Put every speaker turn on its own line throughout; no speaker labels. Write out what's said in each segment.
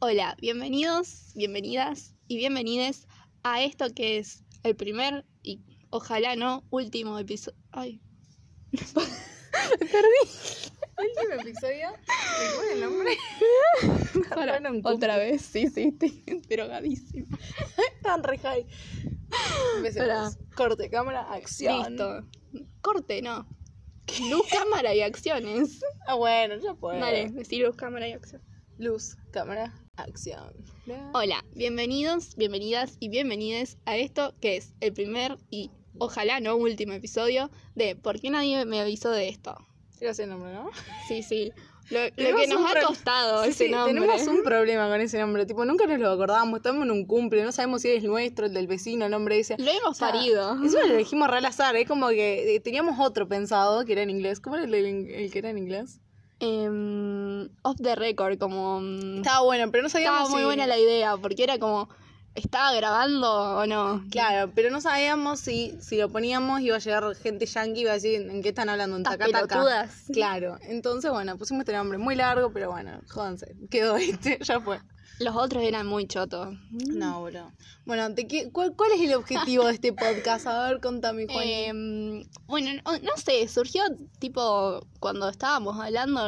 Hola, bienvenidos, bienvenidas y bienvenides a esto que es el primer y ojalá no último episodio. Ay, me perdí.
Último episodio. ¿Recuerda el nombre?
Para-
no encuentro.
otra vez, sí, sí, estoy drogadísima.
Tan re high. Empecemos. Corte, cámara, acción.
Listo. Corte, no. Luz, cámara y acciones.
Ah, bueno, ya puedo.
Dale, decí luz, cámara y acción.
Luz, cámara, acción.
Hola, bienvenidos, bienvenidas y bienvenides a esto que es el primer y ojalá no último episodio de ¿Por qué nadie me avisó de esto?
Quiero hacer el nombre, ¿no?
Sí, sí. Lo, lo
Tenemos
que nos
un
ha
pro-
costado
Sí,
ese
sí,
nombre.
Tenemos un problema con ese nombre. Tipo, nunca nos lo acordamos. Estamos en un cumple. No sabemos si es nuestro, el del vecino, el nombre ese.
Lo hemos
O sea,
parido.
Eso lo elegimos re al azar. Es como que eh, teníamos otro pensado que era en inglés. ¿Cómo era el, del- el que era en inglés?
Em, off the record, como. mm,
Estaba bueno, pero no sabíamos
Estaba muy
si-
buena la idea, porque era como. ¿Estaba grabando o no?
Claro, pero no sabíamos si, si lo poníamos iba a llegar gente yankee y iba a decir en qué están hablando, en
Estas
taca taca.
pelotudas.
Claro, entonces bueno, pusimos este nombre muy largo, pero bueno, jódanse, quedó este, ya fue.
Los otros eran muy chotos.
No, bro. Bueno, te qui- ¿cuál, cuál es el objetivo de este podcast? A ver, contame, Juan.
Em, bueno, no, no sé, surgió tipo cuando estábamos hablando,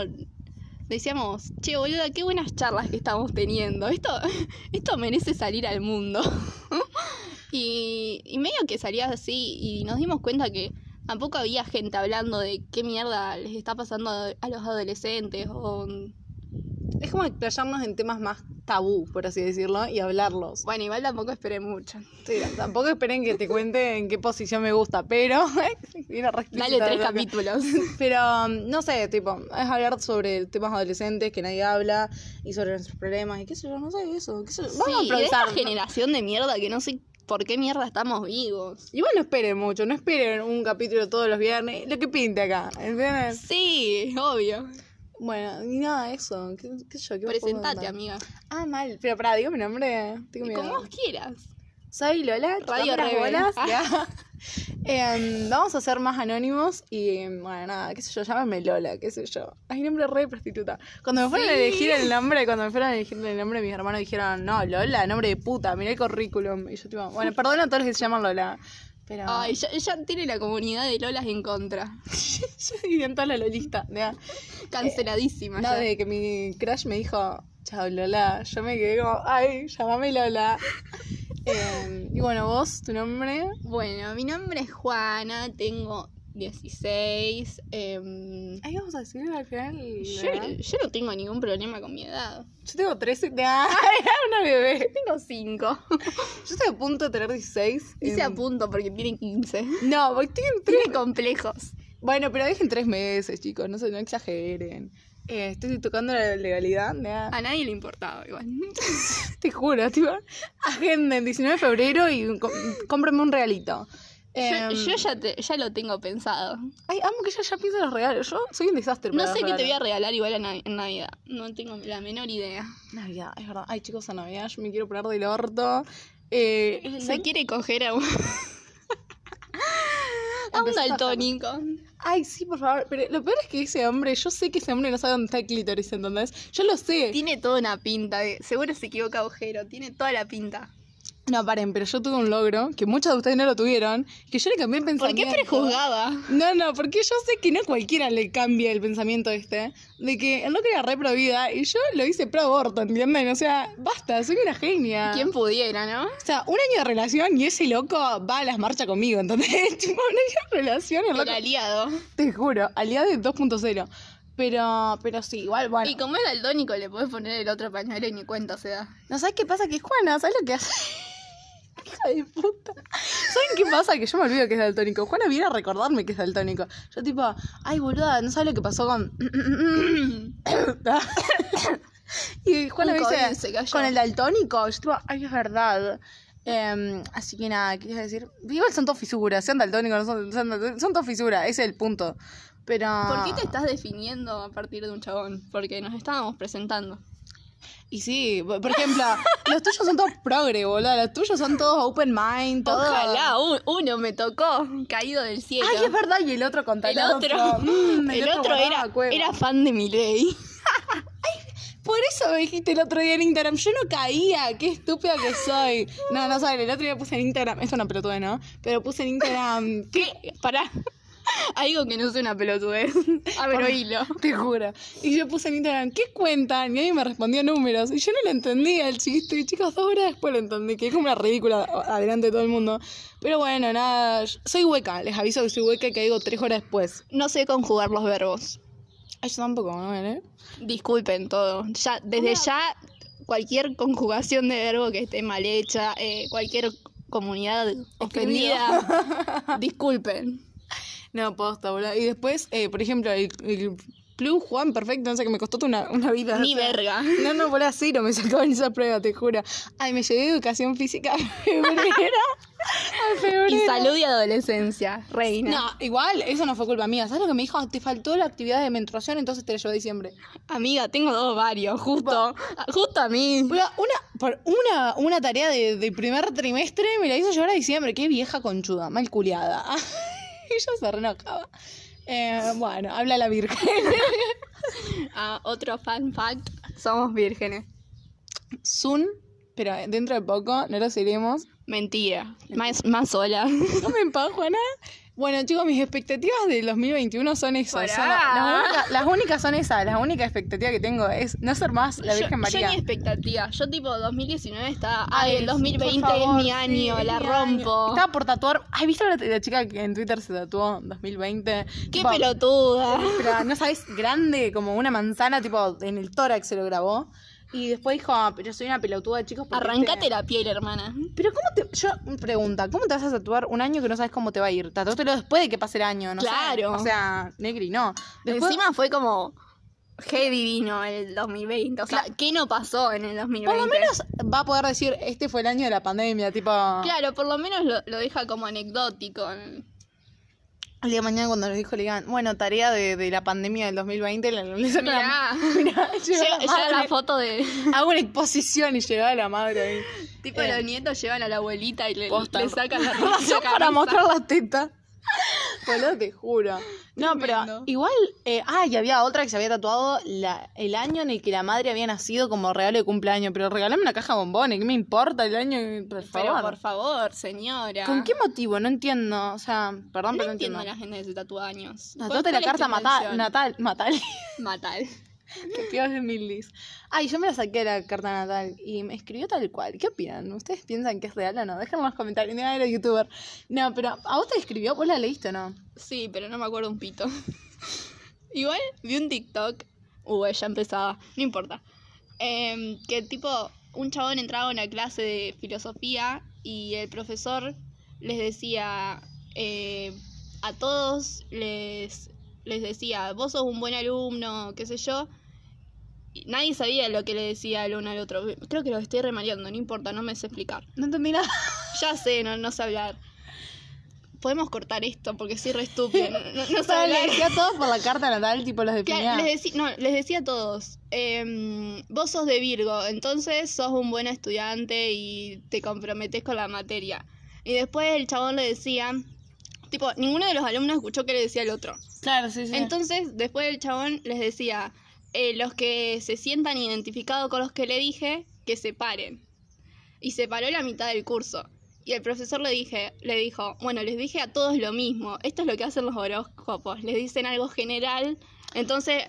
decíamos, che, boluda, qué buenas charlas que estamos teniendo. Esto, esto merece salir al mundo. y, y medio que salía así y nos dimos cuenta que tampoco había gente hablando de qué mierda les está pasando a los adolescentes o...
Es como explayarnos en temas más tabú, por así decirlo, y hablarlos.
Bueno, igual tampoco esperé mucho.
Sí, tampoco esperen que te cuente en qué posición me gusta, pero... Era re
Dale
explícita,
tres
loca.
capítulos.
Pero um, no sé, tipo, es hablar sobre temas adolescentes que nadie habla y sobre nuestros problemas y qué sé yo, no sé eso. Qué sé yo. Vamos
Sí, y
a
de esta
pensar. ¿no?
generación de mierda que no sé por qué mierda estamos vivos.
Igual no esperen mucho, no esperen un capítulo todos los viernes, lo que pinte acá, ¿entiendes?
Sí, obvio.
Bueno, y nada, eso, qué, qué sé yo, qué
Presentate,
poronga.
amiga.
Ah, mal, pero pará, digo mi nombre, tengo miedo.
Como vos quieras.
Soy Lola,
Radio
chupame las
Rebel.
bolas,
Ah.
ya. Em, vamos a ser más anónimos y em, bueno, nada, qué sé yo, llámame Lola, qué sé yo. Ay, nombre re de prostituta. Cuando me fueron a
Sí.
elegir el nombre, cuando me fueron a elegir el nombre, mis hermanos dijeron, no, Lola, nombre de puta, mirá el currículum. Y yo tipo, bueno, perdona a todos los que se llaman Lola. Pero
Ay, ya, ya tiene la comunidad de Lolas en contra.
yo diría en toda la lolista. ya.
Canceladísima.
No,
Ah, ya.
de que mi crush me dijo, chao Lola, yo me quedé como, ay, llámame Lola. Em, y bueno, vos, tu nombre.
Bueno, mi nombre es Juana, tengo 16. em,
Ahí vamos a decir al final.
yo,
¿verdad?
yo no tengo ningún problema con mi edad.
Yo tengo 13. Ah, era una bebé.
Tengo 5.
Yo estoy a punto de tener 16.
Hice
em,
a punto porque tiene 15.
No, porque estoy en 3.
Tiene complejos.
Bueno, pero dejen 3 meses, chicos. No se no exageren. Eh, estoy tocando la legalidad. ¿no?
A nadie le importaba igual.
Te juro, tipo. Agenden 19 de febrero y com- cómprame un regalito.
Yo,
Em,
yo ya, te- ya lo tengo pensado.
Ay, amo que ella ya piensa en los regalos. Yo soy un desastre.
No sé qué te voy a regalar igual a Nav- en Navidad. No tengo la menor idea.
Navidad, es verdad. Ay, chicos, a Navidad yo me quiero poner del orto. Eh,
Se quiere coger a un. a un
Empezó a
daltónico.
Ay, sí, por favor. Pero lo peor es que ese hombre, yo sé que ese hombre no sabe dónde está el clítoris, ¿entendés? Yo lo sé.
Tiene toda una pinta. De... Seguro se equivoca agujero. Tiene toda la pinta.
No, paren, pero yo tuve un logro, que muchos de ustedes no lo tuvieron, que yo le cambié el
¿Por
pensamiento.
qué prejuzgaba?
No, no, porque yo sé que no cualquiera le cambia el pensamiento este, de que el locro era re pro vida, y yo lo hice pro aborto, ¿entienden? O sea, basta, soy una genia.
Quien pudiera, ¿no?
O sea, un año de relación y ese loco va a las marchas conmigo, ¿entendés? Tipo, un año de relación, el
El
loco,
aliado.
te juro, aliado de 2.0. Pero, pero sí, igual, bueno.
Y como es daltónico, le podés poner el otro pañuelo y ni cuenta se da.
No, ¿sabes qué pasa? Que es Juana, ¿sabes lo que hace? Hija de puta. ¿Saben qué pasa? Que yo me olvido que es daltónico. Juana viene a recordarme que es daltónico. Yo tipo, ay boluda, no sabes lo que pasó con... y Juana
Un
me
codín
dice,
se cayó.
con el daltónico. Yo tipo, ay, es verdad. Em, así que nada, quería decir, igual son todas fisuras, sean daltónicos, no son, sean daltónicos, son todas fisuras, ese es el punto. Pero...
¿Por
Ah.
qué te estás definiendo a partir de un chabón? Porque nos estábamos presentando.
Y sí, por por ejemplo, los tuyos son todos progre, boludo. Los tuyos son todos open mind, todo.
Ojalá un- uno me tocó, caído del cielo.
Ay, es verdad, y el otro con
El
tal
otro,
Mm,
el otro
guardaba
era,
cueva.
era fan de mi ley.
Por eso me dijiste el otro día en Instagram. Yo no caía. Qué estúpida que soy. No, no saben. El otro día puse en Instagram. Es una pelotuda, ¿no? Pero puse en Instagram. ¿Qué? Pará.
Algo que no sea una pelotudez. A ver, oílo.
Te juro. Y yo puse en Instagram, ¿qué cuentan? Y alguien me respondió números. Y yo no lo entendía el chiste. Y chicos, dos horas después lo entendí. Que es como una ridícula adelante de todo el mundo. Pero bueno, nada. yo- Soy hueca. Les aviso que soy hueca y que digo tres horas después.
No sé conjugar los verbos.
Ay, yo tampoco, ¿no? ¿Eh?
Disculpen todo. Ya, desde ya, cualquier conjugación de verbo que esté mal hecha, eh, cualquier comunidad ofendida, disculpen.
No, posta, boludo. Y después, eh, por ejemplo, el, el plus Juan perfecto, no sé, que me costó toda una, una vida.
Ni
o sea.
verga.
No, no, por así no me sacaban esa prueba, te juro. Ay, me llevé educación física a febrero. A febrero.
Y salud y adolescencia, reina.
No, igual, eso no fue culpa mía. ¿Sabes lo que me dijo? Te faltó la actividad de menstruación, entonces te la llevé a diciembre.
Amiga, tengo dos varios, justo. Justo a mí.
Boluda, una, por una, una tarea de, de primer trimestre me la hizo llevar a diciembre. Qué vieja conchuda, mal culiada. y yo se renojaba. Eh, bueno, habla la virgen.
Ah, otro fan fact, somos vírgenes.
Soon, pero dentro de poco, no los iremos.
Mentira. Más, más sola.
No me empajo nada. Bueno, chicos, mis expectativas del 2021 son esas.
Pará.
son la- las, únicas, las únicas son esas. La única expectativa que tengo es no ser más la
yo,
Virgen
yo
María.
ni expectativa. Yo tipo 2019 está...
Ay,
Ay, el 2020
por favor,
es mi año,
sí, es
la
mi
rompo.
año. Estaba por tatuar. Ay, ¿viste la, la chica que en Twitter se tatuó en 2020?
Qué
Tipo,
pelotuda.
Pero no sabes, grande, como una manzana, tipo en el tórax se lo grabó. Y después dijo, "Ah, pero soy una pelotuda, chicos. porque
Arrancate
este-
la piel, hermana.
Pero cómo te... Yo, pregunta, ¿cómo te vas a tatuar un año que no sabes cómo te va a ir? Tatuátelo después de que pase el año, ¿no? sé.
Claro.
O sea, negri, no. Después,
Encima fue como... Qué divino el 2020. O sea, ¿qué no pasó en el 2020?
por lo menos va a poder decir, este fue el año de la pandemia, tipo...
Claro, por lo menos lo, lo deja como anecdótico.
El día de mañana cuando nos dijo, le digan, bueno, tarea de, de la pandemia del 2020, le, le saco
Mirá.
la... Mirá, llegó
Llega-
la
llega la
madre.
foto de...
Hago una exposición y llegaba la madre ahí.
Tipo,
Eh.
los nietos llevan a la abuelita y le,
Posta.
le sacan la
Razón
ropa
para mostrar las tetas. Boludo, te juro. No, pero
Tremendo.
igual. Eh, ah, y había otra que se había tatuado la- el año en el que la madre había nacido como regalo de cumpleaños. Pero regalame una caja de bombones, ¿qué me importa el año? Por
Pero
favor.
por favor, señora.
¿Con qué motivo? No entiendo. O sea, perdón,
No
pero
entiendo
no entiendo.
a la gente que se tatúa años.
Tatuaste la carta mata- natal. Natal.
Matal.
Qué peor de mil lis. Ay, yo me la saqué la carta natal y me escribió tal cual. ¿Qué opinan? ¿Ustedes piensan que es real o no? Déjenme en los comentarios. Ni a ver a youtuber. No, pero ¿a vos te escribió? ¿Vos la leíste o no?
Sí, pero no me acuerdo un pito. Igual vi un TikTok. Uy, ya empezaba. No importa. Em, que tipo, un chabón entraba a una clase de filosofía y el profesor les decía eh, a todos, les, les decía, vos sos un buen alumno, qué sé yo. Y nadie sabía lo que le decía el uno al otro. Creo que lo estoy remareando, no importa, no me sé explicar.
No entendí nada.
Ya sé, no, no sé hablar. Podemos cortar esto porque soy re estúpida. No, no- no sé
Pero le
hablar.
decía a todos por la carta natal, tipo los definía.
Claro, les, decí- no, les decía a todos, em, vos sos de Virgo, entonces sos un buen estudiante y te comprometes con la materia. Y después el chabón le decía, tipo, ninguno de los alumnos escuchó que le decía el otro.
Claro, sí, sí.
Entonces, después el chabón les decía, eh, los que se sientan identificados con los que le dije, que se paren. Y se paró la mitad del curso. Y el profesor le, dije, le dijo, bueno, les dije a todos lo mismo, esto es lo que hacen los horóscopos, les dicen algo general, entonces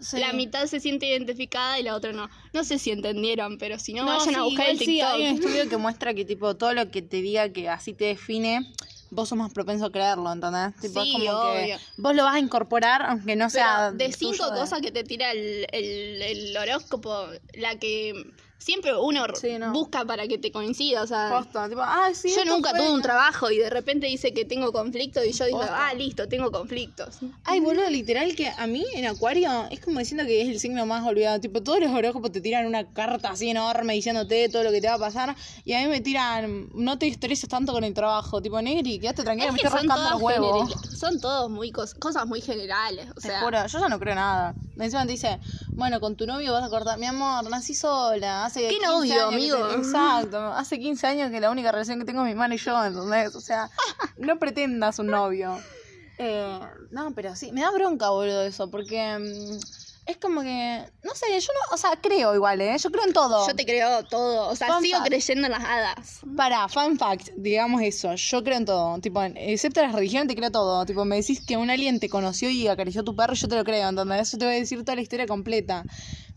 Sí.
la mitad se siente identificada y la otra no. No sé si entendieron, pero si no, vayan
sí,
a buscar
igual
el
sí, hay un
TikTok.
estudio que muestra que tipo todo lo que te diga que así te define, vos sos más propenso a creerlo, ¿entendés? Tipo,
Sí,
es como que
obvio.
vos lo vas a incorporar aunque no sea
Pero de
tuyo,
cinco
de-
cosas que te tira el, el- el horóscopo, la que siempre uno r-
Sí, no.
busca para que te coincida. O sea,
Posta, tipo, ah, sí,
yo
esto
nunca
fue-
tuve un trabajo y de repente dice que tengo conflictos y yo digo,
Posta.
ah, listo, tengo conflictos.
Ay, boludo, literal que a mí en Acuario es como diciendo que es el signo más olvidado. Tipo, todos los horóscopos te tiran una carta así enorme diciéndote todo lo que te va a pasar. Y a mí me tiran, no te estreses tanto con el trabajo. Tipo, Negri, quédate tranquila,
Es
me
que
estoy rascando los huevos.
genera- son todos muy cos- cosas muy generales. O sea,
Te juro, yo ya no creo nada. Encima te dice, bueno, con tu novio vas a cortar. Mi amor, nací sola. Hace
¿Qué
15
novio,
años que
amigo?
te- Exacto. Hace 15 años que la única relación que tengo es mi hermano y yo, ¿entendés? O sea, no pretendas un novio. Eh, no, pero sí, me da bronca, boludo, eso, porque mm, Es como que. No sé, yo no. O sea, creo igual, ¿eh? Yo creo en todo.
Yo te creo todo. O sea,
Fun
sigo
fact.
creyendo en las hadas.
Para, fun fact, digamos eso. Yo creo en todo. Tipo, en- excepto las religiones, te creo todo. Tipo, me decís que un alien te conoció y acarició tu perro, yo te lo creo, ¿entendés? Yo te voy a decir toda la historia completa.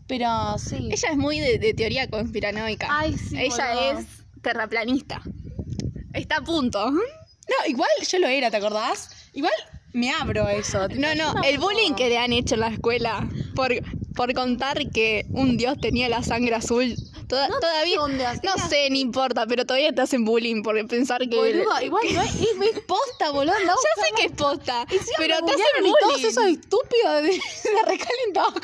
Pero sí.
Ella es muy de, de teoría conspiranoica.
Ay, sí,
Ella
boludo.
es terraplanista. Está a punto.
No, igual yo lo era, ¿te acordás? Igual me abro a eso. tipo,
No,
yo
no,
me
el
abro
bullying
todo.
que le han hecho en la escuela por, por contar que un dios tenía la sangre azul. toda-
No,
todavía.
¿dónde hacías?
No sé, no importa, pero todavía te hacen bullying por pensar que.
Boludo, igual no es, es- es posta, boludo. andá
ya
a
sé
buscarla.
que es posta,
Encima
pero
me
te hacen
googlearon y todos
bullying.
esos estúpidos de la recalentaba con...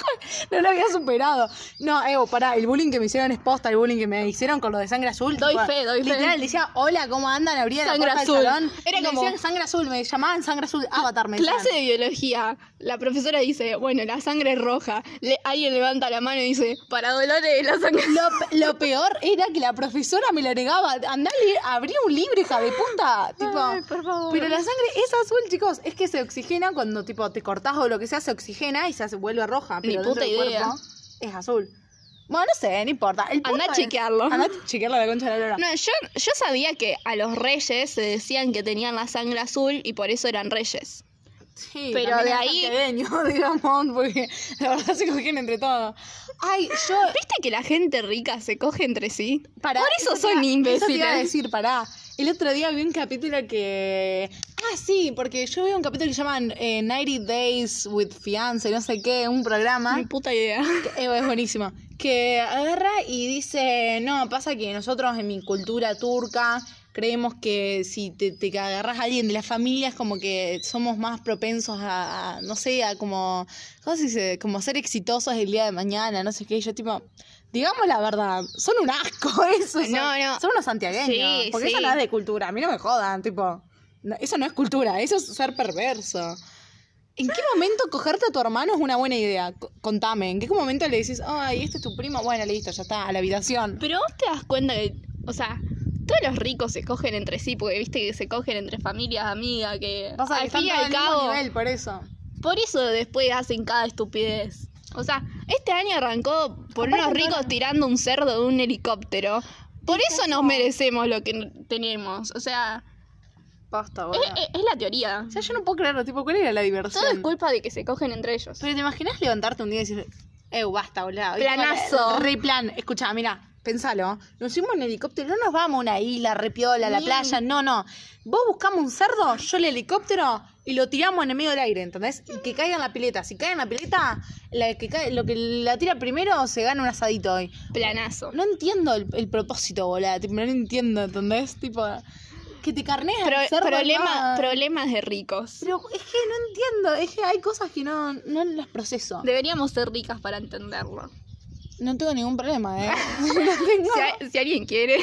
No lo había superado. No, Evo, pará, el bullying que me hicieron es posta, el bullying que me hicieron con lo de sangre azul.
Doy
tipo,
fe, doy fe.
Literal, decía, hola, ¿cómo andan? Abría la
Sangre
puerta del
azul.
salón.
Era
me
como-
decían sangre azul, me llamaban sangre azul, avatar me
Clase
decían.
de biología. La profesora dice, bueno, la sangre es roja. Le- alguien levanta la mano y dice, para dolores la sangre.
Lo, pe- lo peor era que la profesora me lo negaba. Andá a leer, abrí un libro, hija de puta. Tipo,
Ay, por favor.
Pero la sangre es azul, chicos. Es que se oxigena cuando tipo te cortás o lo que sea, se oxigena y se hace- vuelve roja. Pero
Ni
dentro
puta
del
idea.
cuerpo es azul. Bueno, no sé, no importa. El punto
Andá a
es-
chequearlo.
Andá a chequearlo a la concha de la lora.
No, yo, yo sabía que a los reyes se decían que tenían la sangre azul y por eso eran reyes.
Sí,
Pero
también
de
es
ahí-
santiagueño, digamos, porque la verdad se cogen entre todos. Ay, yo...
¿Viste que la gente rica se coge entre sí?
Pará,
por eso,
te
son
iba- Eso te iba a
imbéciles.
decir, pará. El otro día vi un capítulo que. Ah, sí, porque yo vi un capítulo que llaman eh, 90 Days with Fiance, no sé qué, un programa.
Ni puta idea.
que- eh, es buenísimo. Que agarra y dice: No, pasa que nosotros en mi cultura turca creemos que si te, te que agarras a alguien de la familia es como que somos más propensos a, a, no sé, a como. ¿Cómo se dice? Como ser exitosos el día de mañana, no sé qué. Y yo, tipo. Digamos la verdad, son un asco eso. son-
No, no.
Son unos santiagueños.
Sí,
porque eso
sí.
no es de cultura. A mí no me jodan, tipo. no, eso no es cultura, eso es ser perverso. ¿En qué momento cogerte a tu hermano es una buena idea? Co- Contame, ¿en qué momento le decís, ay, este es tu primo? Bueno, listo, ya está, a la habitación.
Pero vos te das cuenta que, o sea, todos los ricos se cogen entre sí, porque viste que se cogen entre familias, amigas, que
Vas a
al fin y
al
al
mismo
cabo...
nivel, por eso.
Por eso después hacen cada estupidez. O sea, este año arrancó por
Aparte
unos
todo
ricos
lo-
tirando un cerdo de un helicóptero. Por eso
eso.
nos merecemos lo que n- tenemos. O sea,
Basta,
es, es- es la teoría.
O sea, yo no puedo creerlo, tipo, ¿cuál era la diversión?
Todo es culpa de que se cogen entre ellos.
Pero te imaginas levantarte un día y decir, eh, basta, boludo.
Planazo.
Re plan. Escucha, mira, pensalo. Nos fuimos en helicóptero, no nos vamos a una isla, re piola, a la
Ni-
playa, no, no. Vos buscamos un cerdo, yo el helicóptero y lo tiramos en el medio del aire, ¿entendés? Y que caiga en la pileta. Si cae en la pileta, la que cae- lo que la tira primero se gana un asadito hoy.
Planazo.
No entiendo el, el propósito, boludo. Tipo, no lo entiendo, ¿entendés? Tipo, que te carneas
Pro-
al cerdo,
problema-
no.
problemas de ricos.
Pero es que no entiendo, es que hay cosas que no, no las proceso.
Deberíamos ser ricas para entenderlo.
No tengo ningún problema, ¿eh? no tengo.
Si, a- si alguien quiere,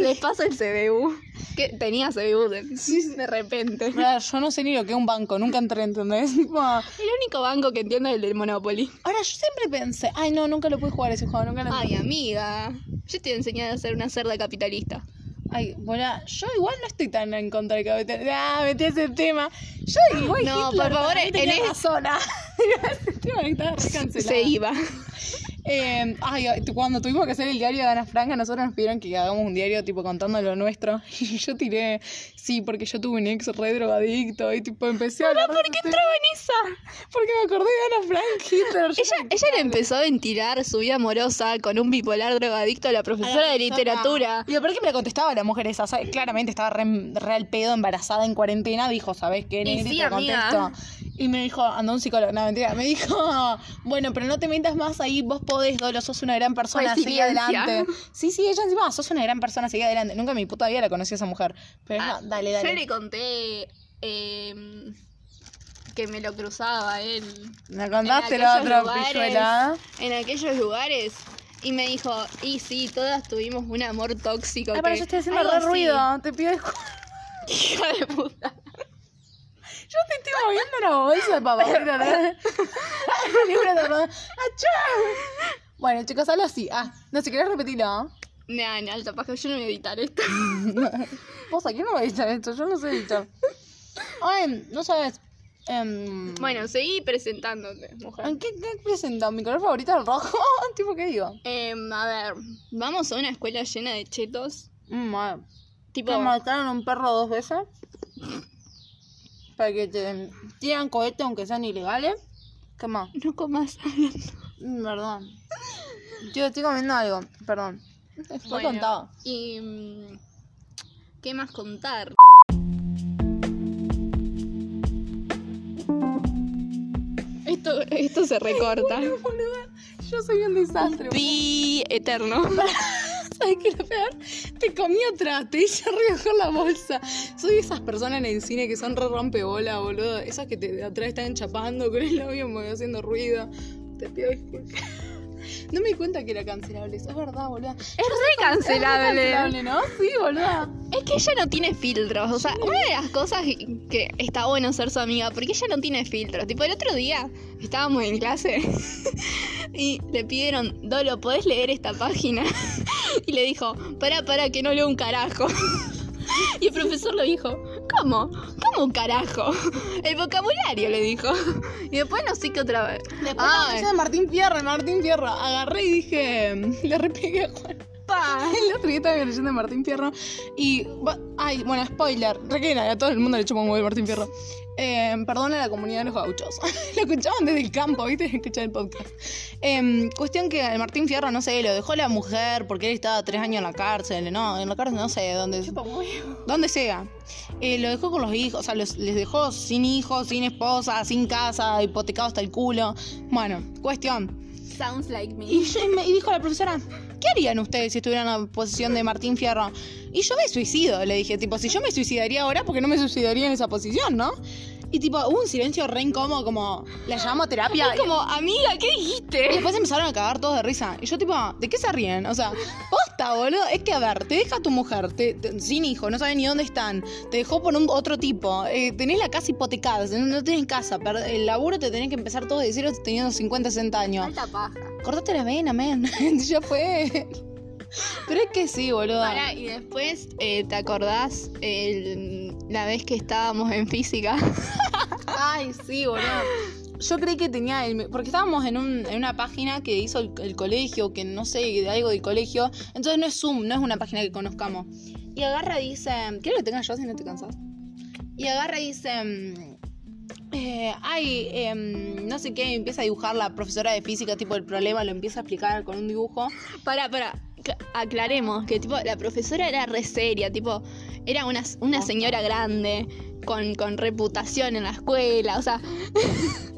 les paso el CBU. Que tenía CBU de, de repente.
Mirá, yo no sé ni lo que es un banco, nunca entré, ¿entendés? Tipo, Ahora,
El único banco que entiendo es el del Monopoly.
yo siempre pensé, ay, no, nunca lo pude jugar ese juego, nunca lo
Ay, amiga. Yo te he enseñado a ser una cerda capitalista.
Ay, bola, yo igual no estoy tan en contra del capitalismo. Ah, metí ese tema. Yo igual
No,
Hitler,
por favor,
para mí
en
tenía
es-
razón, ah. ese tema que estaba re cancelado.
Se iba.
Eh, ay, ay, tu- cuando tuvimos que hacer el diario de Ana Franca, nosotros nos pidieron que hagamos un diario tipo contando lo nuestro. Y yo tiré, sí, porque yo tuve un ex re drogadicto y tipo empecé a hablar. de este
¿Por
ese
qué
tema.
entraba en esa?
Porque me acordé de Ana Frank Hitler. Yo
Ella,
no-
ella le empezó a ventilar su vida amorosa con un bipolar drogadicto a la profesora de literatura.
Y aparte que me la contestaba la mujer esa. ¿sabes? Claramente estaba re, re al pedo, embarazada, en cuarentena. Dijo, ¿sabes qué?
Y
Negrita,
sí,
te
amiga.
Y me dijo, anda un psicólogo. No, mentira. Me dijo, bueno, pero no te metas más ahí. Vos podés, Dolo. Sos una gran persona. Sigue
Resiliencia.
adelante. Sí, sí, ella encima, sos una gran persona. Sigue adelante. Nunca en mi puta vida la conocí a esa mujer. Pero
Ah,
no, dale, dale.
Yo le conté eh, que me lo cruzaba él.
Me
en
contaste la
aquellos
otra
lugares-
pilluela.
En aquellos lugares. Y me dijo, y sí, todas tuvimos un amor tóxico.
Ay,
que-
pero yo estoy haciendo
algo
re
así.
ruido. Te pido disculpas.
Hija de puta.
Yo te estoy moviendo una bolsa de papelita. ¿no? Libro de ro- ¡Achá! Bueno, chicos, habla así. Ah, no, si querés repetirlo. ¿ah?
Nah, nah, capaz que yo no voy a editar esto.
Vos, ¿a quién no va a editar esto? Yo no sé editar. Ay, no sabes. Em,
Bueno, seguí presentándote, mujer.
¿en ¿Qué, qué presenta? ¿Mi color favorito es el rojo? ¿Tipo qué digo?
Em, a ver, vamos a una escuela llena de chetos.
Mm, a ver.
Tipo,
¿Te mataron un perro dos veces? Para que te tiran cohetes aunque sean ilegales. ¿Qué más?
no comas hablando.
Mm, Perdón. Yo estoy comiendo algo. Perdón. Estoy
Bueno,
contado.
Y. mm, ¿Qué más contar? Esto, esto se recorta.
Boluda, yo soy un desastre.
Pi eterno.
¿Sabes qué es lo peor? Te comí atrás, te hice arriba con la bolsa. Soy esas personas en el cine que son re rompebola, boludo. Esas que te de atrás están chapando con el labio me voy haciendo ruido. Te pido disculpas. No me di cuenta que era cancelable, eso es verdad, boluda.
Es re
Es re
cancelable.
cancelable, ¿no? Sí, boluda.
Es que ella no tiene filtros. O sea, una de las cosas que está bueno ser su amiga, porque ella no tiene filtros. Tipo, el otro día estábamos en clase y le pidieron, Dolo, ¿podés leer esta página? Y le dijo, para, para, que no leo un carajo. Y el profesor le dijo, ¿cómo? ¿Cómo un carajo? El vocabulario le dijo. Y después no sé qué otra vez. Ay.
Después la noticia Ah, de Martín Fierro, Martín Fierro. Agarré y dije, le repegué a Juan.
Pa.
El otro día estaba viendo leyendo de Martín Fierro y... va- Ay, bueno, spoiler. Requena, a todo el mundo le chupa un huevo el Martín Fierro. Eh, perdón a la comunidad de los gauchos. lo escuchaban desde el campo, ¿viste? Escuchaban el podcast. Em, cuestión que el Martín Fierro, no sé, lo dejó la mujer porque él estaba tres años en la cárcel. No, en la cárcel no sé, donde, donde sea. Eh, lo dejó con los hijos, o sea, los- les dejó sin hijos, sin esposa, sin casa, hipotecado hasta el culo. Bueno, cuestión.
Sounds like
Y,
me.
yo- y me- y dijo la profesora, ¿qué harían ustedes si estuvieran en la posición de Martín Fierro? Y yo me suicido, le dije, tipo, si yo me suicidaría ahora, porque no me suicidaría en esa posición, ¿no? Y tipo, hubo un silencio re incómodo, como, la llamamos a terapia.
Es como, amiga, ¿qué dijiste?
Y después empezaron a cagar todos de risa. Y yo, tipo, ¿de qué se ríen? O sea, posta, boludo. Es que, a ver, te deja tu mujer te- te- sin hijo, no sabe ni dónde están. Te dejó por un otro tipo. eh, tenés la casa hipotecada, no- no tenés casa. per- El laburo te tenés que empezar todo de cero teniendo 50, 60 años.
Alta paja.
Cortate la vena, men. ya fue. Pero es que sí, boludo.
Pará, y después, eh, ¿te acordás el- la vez que estábamos en física?
Ay, sí, boludo. Yo creí que tenía el... Porque estábamos en, un- en una página que hizo el, el colegio, que no sé, de algo del colegio. Entonces no es Zoom, no es una página que conozcamos. Y agarra y dice... Quiero que tenga yo si no te cansas. Y agarra y dice... mm, eh, ay, em, no sé qué, empieza a dibujar la profesora de física, tipo el problema, lo empieza a explicar con un dibujo.
Pará, pará, c- aclaremos que tipo la profesora era re seria, tipo, era una, una señora grande, con, con reputación en la escuela, o sea.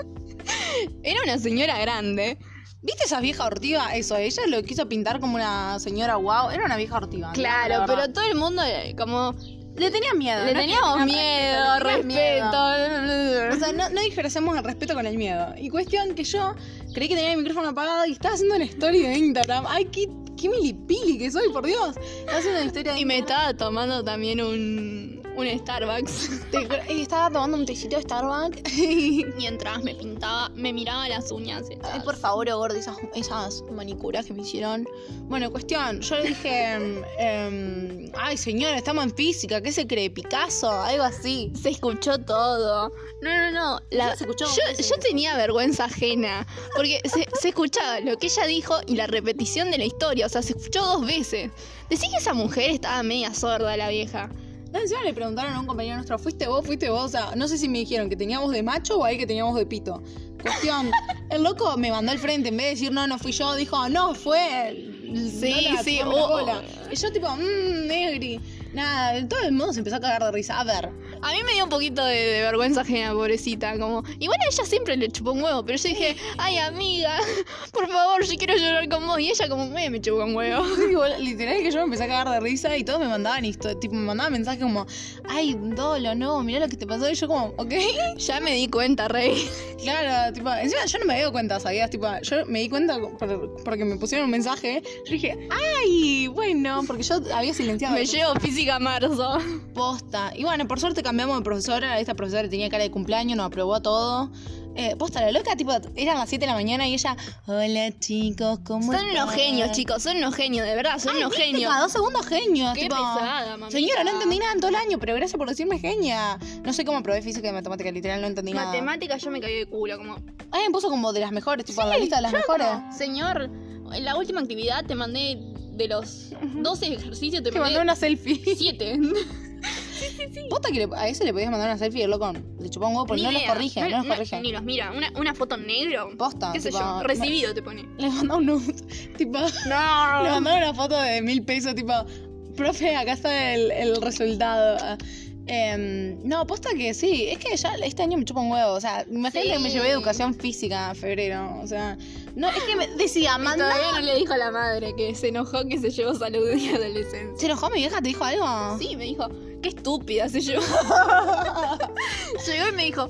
era una señora grande.
¿Viste esa vieja ortiva? Eso, ella lo quiso pintar como una señora guau. Era una vieja ortiva. ¿no?
Claro,
La
pero
verdad.
todo el mundo eh, como.
le tenía miedo.
Le
¿no?
teníamos
Le tenía
miedo, respeto.
O sea, no, no disfrazamos el respeto con el miedo. Y cuestión que yo creí que tenía el micrófono apagado y estaba haciendo una story de Instagram. Ay, qué, qué milipili que soy, por Dios. Estaba haciendo una historia de
Y me
Instagram.
estaba tomando también un, un Starbucks.
Te cre- y estaba tomando un tecito de Starbucks. Ay,
Mientras me pintaba, me miraba las uñas. hechas.
por favor, oh, gordo, esas, esas manicuras que me hicieron. Bueno, cuestión, yo le dije, em, em, ay señora, estamos en física, ¿qué se cree? ¿Picasso? Algo así.
Se escuchó todo. No, no, no. la-
Ya se escuchó,
yo,
sí,
yo
sí.
tenía vergüenza ajena. Porque se, se escuchaba lo que ella dijo y la repetición de la historia. O sea, se escuchó dos veces. Decí que esa mujer estaba media sorda, la vieja.
No, encima le preguntaron a un compañero nuestro, ¿fuiste vos? ¿Fuiste vos? O sea, no sé si me dijeron que teníamos de macho o ahí que teníamos de pito. Cuestión, el loco me mandó al frente, en vez de decir no, no fui yo, dijo, no, fue él.
Sí,
No la
sí,
chupame
oh,
la
oh.
bola. Y yo tipo, mmm, negri. Nada, todo el mundo se empezó a cagar de risa. A ver,
A mí me dio un poquito de, de vergüenza ajena, pobrecita. Como. Y bueno, ella siempre le chupó un huevo. Pero yo dije, ay, amiga, por favor, yo quiero llorar con vos. Y ella, como, "Eh, me chupó un huevo.
Sí, bol- literal que yo me empecé a cagar de risa y todos me mandaban esto, tipo, me mandaban mensajes como, ay, Dolo, no, mirá lo que te pasó. Y yo como, ok.
Ya me di cuenta, Rey.
Claro, tipo, encima yo no me doy cuenta, ¿sabías? Tipo, yo me di cuenta por- porque me pusieron un mensaje. Yo dije, ¡ay! Bueno, porque yo había silenciado.
Me
el
llevo física a marzo.
posta. Y bueno, por suerte cambió cambiamos de profesora, esta profesora tenía cara de cumpleaños, nos aprobó todo. Eh, posta, la loca, tipo, eran las 7 de la mañana y ella, hola chicos, ¿cómo
Son unos
están?".
genios, chicos, son unos genios, de verdad, son
Ay,
unos
¿viste?
genios.
Cada dos segundos genios.
Qué
tipo,
pesada, mamita.
Señora, no entendí nada en todo el año, pero gracias por decirme genia. No sé cómo aprobé física y matemática, literal, no entendí nada.
Matemáticas yo me caí de culo, como.
A mí me puso como de las mejores, tipo, en la lista de las
Yo
mejores.
como, Señor, en la última actividad te mandé de los 12 ejercicios, te
Que mandó
mandé
una selfie.
7.
Posta que le- a ese le podías mandar una selfie y el loco le chupó un huevo porque Pues no los corrige, no, los corrige.
Ni los mira, una, una foto en negro.
Posta,
¿Qué sé
tipo,
yo?
no-
Recibido te pone.
Le mandó un nude, tipo,
No.
le mandó una foto de mil pesos, tipo, profe, acá está el, el resultado. Ah, em, no, posta que sí, es que ya este año me chupa un huevo, o sea, imagínate que me
Sí.
llevé educación física en febrero, o sea, no, es que me decía, mandá.
Todavía no le dijo a la madre que se enojó que se llevó salud de adolescencia.
¿Se enojó mi vieja? ¿Te dijo algo?
Sí, me dijo, qué estúpida se llevó. Llegó y me dijo,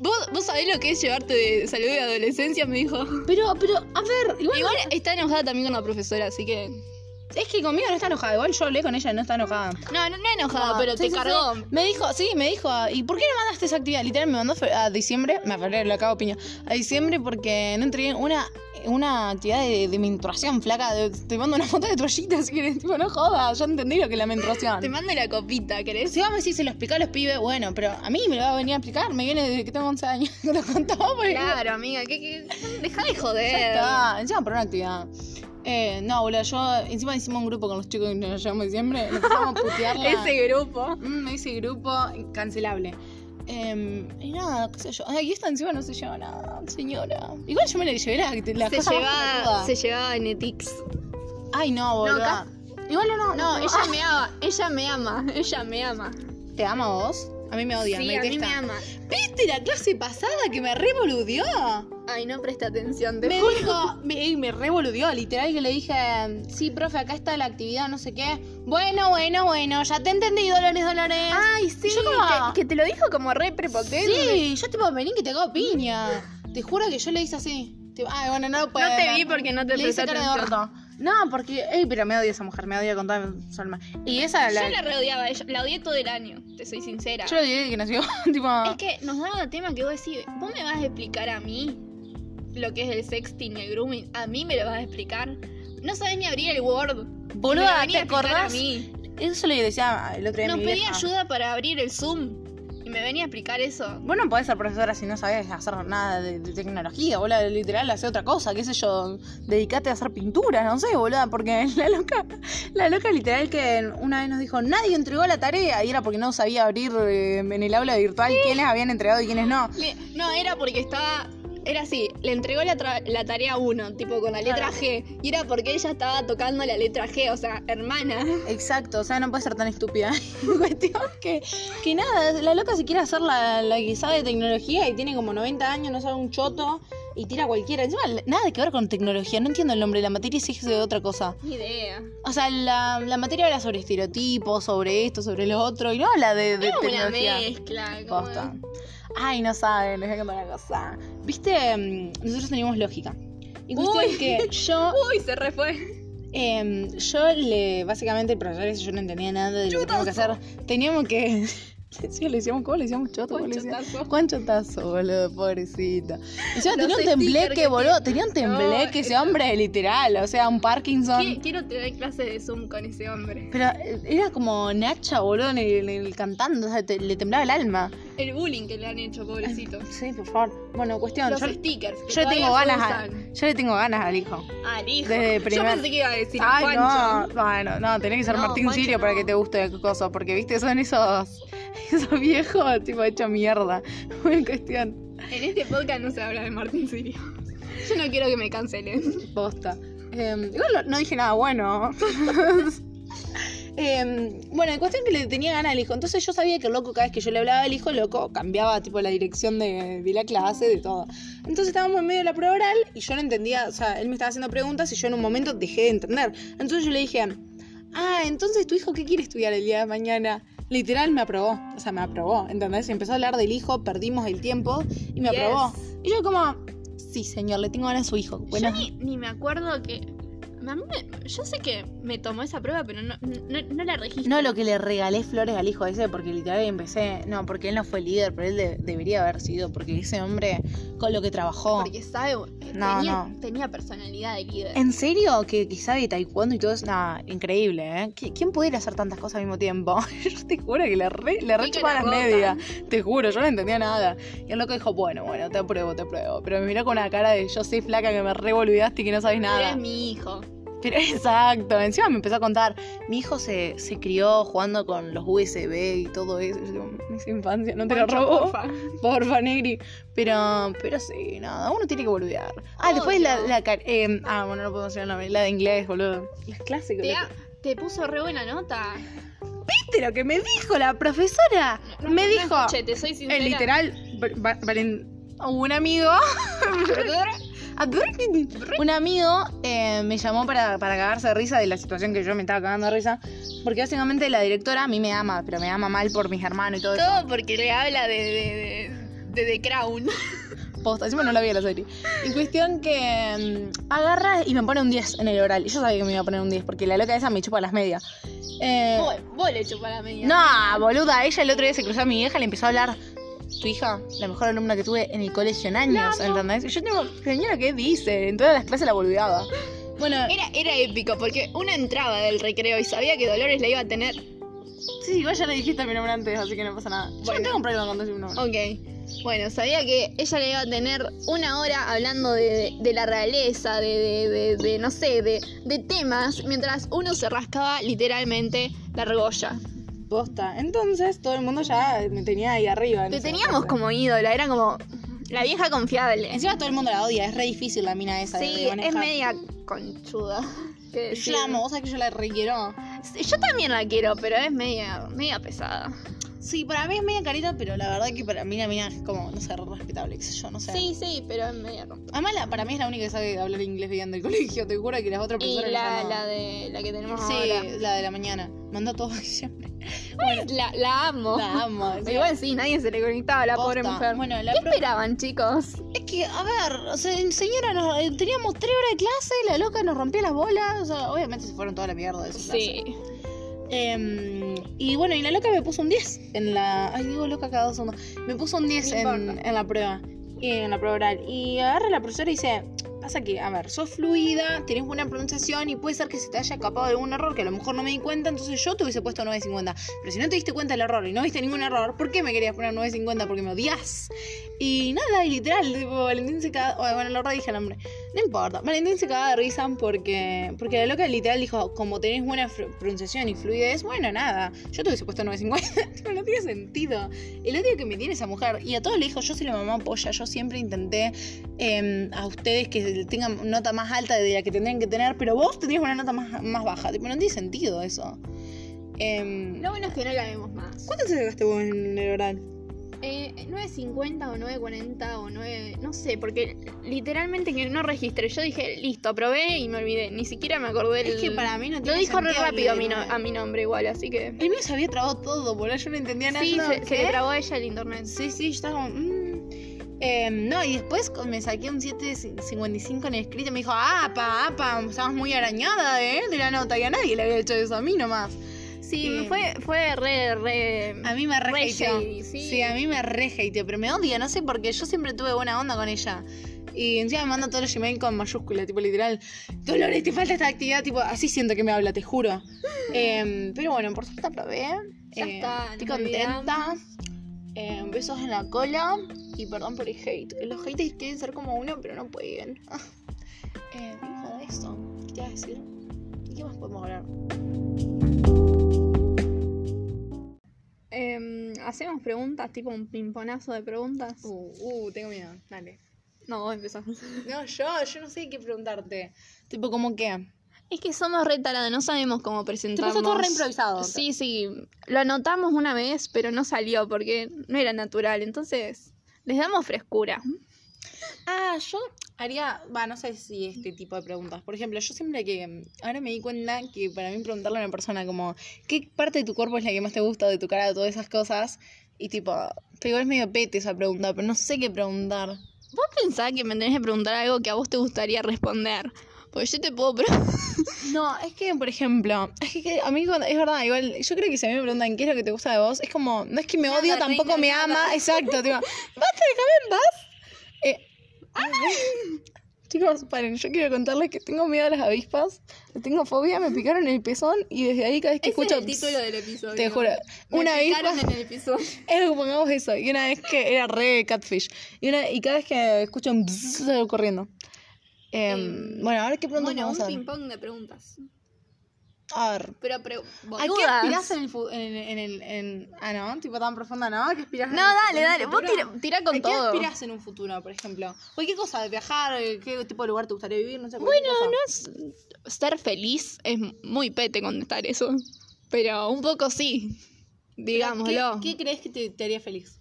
¿Vos, ¿vos sabés lo que es llevarte de salud de adolescencia? Me dijo.
Pero, pero, a ver, igual,
Igual está enojada también con la profesora, así que.
es que conmigo no está enojada, igual yo hablé con ella y no está enojada.
No, no, no enojada,
Ah,
pero
sí,
te
sí,
cargó.
sí. Me dijo, sí, me dijo, ah, ¿y por qué no mandaste esa actividad? Literal, me mandó fe- a diciembre, me febrero, lo acabo piña, a diciembre porque no entregué una, una actividad de, de menstruación flaca. de- te mando una foto de toallita, así que, tipo, no jodas, yo entendí lo que es la
Te
menstruación.
mando la copita, ¿querés?
Si vos me decís, se lo explicó a los pibes, bueno, pero a mí me lo va a venir a explicar, me viene desde que tengo 11 años, que lo contó, porque-
Claro, amiga, que, que... deja de
Ya
joder.
está, encima por una actividad. Eh, no, boludo, yo encima hicimos un grupo con los chicos que nos llamamos siempre, nos empezamos a putearla.
Ese grupo.
Mm, ese grupo cancelable. Em, y nada, qué sé yo. Ay, esta encima no se lleva nada, señora. Igual yo me la llevé la, la
se,
cosa más
llevaba,
pelotuda.
se llevaba en Etix.
Ay, no, boludo.
acá-
Igual no, no,
No,
no.
ella me ama, ella me ama, ella me ama.
¿Te ama vos? A mí me odia,
sí,
me
a mí
detesta.
me ama.
¿Viste la clase pasada que me revoludió?
Ay, no presta atención, te
Me
juro.
dijo, me, ey, me revoludió, literal, que le dije, sí, profe, acá está la actividad, no sé qué. Bueno, bueno, bueno, ya te entendí, Dolores, Dolores.
Ay, sí,
Yo como-
que, que te lo dijo como re prepotente.
Sí, yo tipo, vení que te cago piña. Te juro que yo le hice así. Tipo, Ay, bueno, no puedo.
No te vi porque no te
le hice
presté
cara de
atención.
orto. No, porque, ey, pero me odia esa mujer, me odia con toda su alma. Y esa
Yo
la,
la reodiaba, yo- la odié todo el año, te soy sincera.
yo la odié desde que nació, tipo,
Es que nos daba tema que vos decís, vos me vas a explicar a mí lo que es el sexting, el grooming, a mí me lo vas a explicar. No sabés ni abrir el Word. Me lo
boluda,
venía
¿te
a explicar a
acordás?
mí.
Eso le decía el otro día a
Nos
mi
pedí
vieja.
ayuda para abrir el Zoom y me venía a explicar eso.
Vos no podés ser profesora si no sabés hacer nada de, de tecnología, boluda, literal, hace otra cosa, qué sé yo, dedicate a hacer pinturas, no sé, boluda, porque la loca, la loca literal que una vez nos dijo, nadie entregó la tarea, y era porque no sabía abrir eh, en el aula virtual quiénes habían entregado y quiénes no.
Le- no, era porque estaba. Era así, le entregó la, tra- la tarea 1, tipo con la letra
Claro.
G. Y era porque ella estaba tocando la letra G, o sea, hermana.
Exacto, o sea, no puede ser tan estúpida. Cuestión que, que nada, la loca se quiere hacer la, la que sabe de tecnología y tiene como 90 años, no sabe un choto y tira cualquiera. Encima, nada que ver con tecnología, no entiendo el nombre, la materia sí es de otra cosa.
Ni idea.
O sea, la, la materia habla sobre estereotipos, sobre esto, sobre lo otro, y no habla de, de
Era una
tecnología.
mezcla. como-
Posta. Ay, no saben, les voy a contar una cosa. Viste, mm, nosotros teníamos lógica. Y cuestión
Uy.
que yo,
Uy, se re fue.
em, yo le, básicamente, el profesor ese yo no entendía nada de lo que teníamos que hacer. Teníamos que... Sí, le decíamos, ¿cómo le decíamos choto? ¿Cómo le decíamos?
Chotazo.
Juan Chotazo, boludo, pobrecita.
Los
Encima tenía un
stickers que
tembleque, boludo.
tiene.
Tenía un
No,
tembleque ese
era-
hombre, literal. O sea, un Parkinson.
Qui- Quiero tener clase de Zoom con ese hombre.
Pero eh, era como Nacha, boludo, en el, en el cantando, o sea, te- le temblaba el alma.
El bullying que le han hecho, pobrecito.
Sí, por favor. Bueno, cuestión,
Los
yo,
stickers. que
yo le tengo
todavía
ganas,
se
a-
usan.
yo le tengo ganas al hijo.
Al hijo.
Desde
Yo
primer-
pensé que iba a decir
Ay, no,
Juancho.
bueno, no, tenés que ser
No,
Martín
Juancho,
Sirio para
no.
que te guste el coso, porque viste, son esos, esos viejos, tipo, hecho mierda. Bueno, cuestión,
En este podcast no se habla de Martín Sirio. Yo no quiero que me cancelen.
posta. Em, igual no- no dije nada bueno. Em, bueno, cuestión que le tenía ganas al hijo. Entonces yo sabía que el loco, cada vez que yo le hablaba al hijo, el loco cambiaba tipo la dirección de, de la clase, de todo. Entonces estábamos en medio de la prueba oral y yo no entendía, o sea, él me estaba haciendo preguntas y yo en un momento dejé de entender. Entonces yo le dije, ah, entonces tu hijo, ¿qué quiere estudiar el día de mañana? Literal me aprobó, o sea, me aprobó, ¿entendés? Y empezó a hablar del hijo, perdimos el tiempo y me
Yes.
aprobó. Y yo como, sí, señor, le tengo ganas a su hijo. Bueno,
Yo ni, ni me acuerdo que. A mí me- yo sé que me tomó esa prueba, pero no, no, no la registré.
No lo que le regalé flores al hijo ese, porque literal empecé. No, porque él no fue líder, pero él de- debería haber sido, porque ese hombre con lo que trabajó.
Porque sabe, eh, tenía,
no.
tenía personalidad de líder.
¿En serio? Que quizá de taekwondo y todo es nada increíble, ¿eh? ¿Qui- ¿Quién pudiera hacer tantas cosas al mismo tiempo? yo te juro que le re, le re
Sí que
chupaba
la
las
rotan.
medias. Te juro, yo no entendía nada. Y el loco dijo, bueno, bueno, te apruebo, te apruebo. Pero me miró con una cara de yo soy flaca que me revolvidaste y que no sabes nada.
Eres mi hijo.
Pero exacto, encima me empezó a contar, mi hijo se, se crió jugando con los USB y todo eso. Yo digo, es infancia, no te lo
Pancho,
robó.
porfa.
Porfa, Negri. Pero, pero sí, nada, uno tiene que boludear. Ah,
Obvio.
después la, la car- eh, Ah, bueno, no podemos decir el nombre, la de inglés, boludo. Es clásico.
Te,
lo
ha- te puso re buena nota.
que- ¿Viste lo que me dijo la profesora?
No,
me
no
dijo,
escuché, te soy sincera.
el Eh, literal, va- va- valen- un amigo Un amigo eh, me llamó para, para cagarse de risa de la situación que yo me estaba cagando de risa. Porque básicamente la directora a mí me ama, pero me ama mal por mis hermanos y todo eso.
Todo porque le habla de, de, de, de The Crown.
Posta, encima no la vi en la serie. Y cuestión que mm, agarra y me pone un 10 en el oral. Y yo sabía que me iba a poner un 10 porque la loca esa me chupa las medias. Eh,
Vos, vos le chupás la media.
no, boluda, ella el otro día se cruzó a mi vieja y le empezó a hablar. Tu hija, la mejor alumna que tuve en el colegio en años, ¿entendés? Y yo tengo, señora, ¿qué dice? En todas las clases la boludeaba. Bueno,
Era, era épico porque una entraba del recreo y sabía que Dolores la iba a tener.
Sí, igual ya le dijiste mi nombre antes, así que no pasa nada. Yo
Bueno.
no tengo un problema con decir un nombre.
Ok. Bueno, sabía que ella le iba a tener una hora hablando de, de- de la realeza, de, de, de- de, no sé, de, de temas, mientras uno se rascaba literalmente la argolla.
Posta. Entonces todo el mundo ya me tenía ahí arriba.
Te teníamos como ídola, era como la vieja confiable.
Encima todo el mundo la odia, es re difícil la mina esa. de
Sí,
manejar.
es media conchuda. ¿Qué
Yo
decir?
la amo, vos sabés que yo la requiero.
Sí, Yo también la quiero, pero es media, media pesada.
Sí, para mí es media carita, pero la verdad que para mí la mina es como, no sé, re respetable, qué sé yo, no sé.
Sí, sí, pero es media rompe.
Además, la- para mí es la única que sabe hablar inglés bien del colegio, te juro que las otras
Y
personas.
la, la de la que tenemos ahora.
Sí, la de la mañana. Manda todo siempre.
La, la amo.
La amo. encima.
Oh. Igual sí, nadie se le conectaba a la pobre
Posta.
mujer.
Bueno, la
¿Qué
pro-
esperaban, chicos?
Es que, a ver, o sea, señora, nos- eh, teníamos tres horas de clase, la loca nos rompía las bolas, o sea, obviamente se fueron toda la mierda de esa clase. Em, y bueno, y la loca me puso un 10 en la... Ay, digo loca cada dos segundos. Me puso un 10
No
en,
importa.
en la prueba, y en la prueba oral. Y agarra la profesora y dice, pasa que, a ver, sos fluida, tenés buena pronunciación y puede ser que se te haya escapado algún error que a lo mejor no me di cuenta, entonces yo te hubiese puesto 9.50. Pero si no te diste cuenta del error y no viste ningún error, ¿por qué me querías poner 9.50? Porque me odias. Y nada, y literal, tipo, Valentín se caga. oh, bueno, la verdad dije el nombre. No importa. Valentín se caga de risa porque. Porque la loca literal dijo, como tenés buena fr- pronunciación y fluidez, bueno, nada. Yo te hubiese puesto 950. tipo, no tiene sentido. El odio que me tiene esa mujer. Y a todos le dijo, yo soy la mamá polla. Yo siempre intenté em, a ustedes que tengan nota más alta de la que tendrían que tener, pero vos tenías una nota más, más baja. Tipo, no tiene sentido eso. Em,
Lo bueno es que no la vemos más.
¿Cuánto te sacaste vos en el oral?
Eh, 9.50 o 9.40 o 9... No sé, porque literalmente que no registré. Yo dije, listo, aprobé y me olvidé. Ni siquiera me acordé el...
Es que para mí no
Lo
tiene
dijo re
sentido
rápido a mi, no-
leer.
a mi nombre igual, así que...
El mío se había trabado todo, boludo. Yo no entendía nada.
Sí,
yo no-
se, se
¿qué?
le trabó a ella el internet.
Sí, sí, yo estaba como. mm. Em, no, y después co- me saqué un 7.55 en el escrito y me dijo, apa, apa, estabas muy arañada eh, de la nota. Y a nadie le había hecho eso, a mí nomás.
Sí,
Eh,
fue, fue re, re...
A mí me re,
Ah, Re
hateó.
shady, sí.
a mí me re hateó, pero me odia, no sé por qué. Yo siempre tuve buena onda con ella. Y encima me manda todos los Gmail con mayúscula, tipo literal. Dolores, te falta esta actividad, tipo, así siento que me habla, te juro. Em, pero bueno, por suerte aprobé. Eh,
Ya está,
Estoy
nos
contenta. Em, besos en la cola. Y perdón por el hate. que Los haters quieren ser como uno, pero no pueden. eh, digo de eso. ¿Qué te iba a decir? ¿De qué más podemos hablar?
Em, Hacemos preguntas, tipo un pimponazo de preguntas.
Uh, uh, tengo miedo. Dale.
No, vos empezás.
No, yo, yo no sé qué preguntarte. Tipo, ¿cómo qué?
Es que somos re tarados, no sabemos cómo
Te
presentarnos.
pasó todo re improvisado.
Sí, sí. Lo anotamos una vez, pero no salió porque no era natural. Entonces, les damos frescura.
Ah, yo haría, va, no sé si este tipo de preguntas. Por ejemplo, yo siempre que, mm, ahora me di cuenta que para mí preguntarle a una persona como, ¿qué parte de tu cuerpo es la que más te gusta, de tu cara, de todas esas cosas? Y tipo, pero igual es medio pete esa pregunta, pero no sé qué preguntar.
Vos pensás que me tenés que preguntar algo que a vos te gustaría responder. Porque yo te puedo probar.
No, es que, por ejemplo, es que- que a mí cuando- es verdad, igual, yo creo que si a mí me preguntan qué es lo que te gusta de vos, es como, no es que me
Nada,
odio,
no
tampoco
hay
me
nada.
ama, exacto, tipo, basta, déjame en paz. Eh, Chicos, paren, yo quiero contarles que tengo miedo a las avispas, le tengo fobia, me picaron el pezón y desde ahí cada vez que escucho... pss,
del episodio.
te juro, una avispa...
el episodio.
Es que pongamos eso. Y una vez que era re catfish. Y, una, y cada vez que escucho un bzzz, salgo corriendo. Em,
Em,
bueno, ahora qué preguntas
Bueno,
vamos a
un
hacer.
ping-pong de preguntas.
A ver.
Pero, pero,
¿A qué
boludas.
aspirás en el, fu- en, en el en- Ah, no, tipo tan profunda, ¿no? ¿A qué aspirás en
No,
el-
dale,
en el
dale. Vos
futuro?
tira, tira
¿A
con
qué
todo.
aspirás en un futuro, por ejemplo? Cualquier cosa, de viajar, eh, qué tipo de lugar te gustaría vivir, no sé.
Bueno, no es. Ser feliz es muy pete contestar eso. Pero un poco sí. Digámoslo.
¿Qué, crees que te, te haría feliz?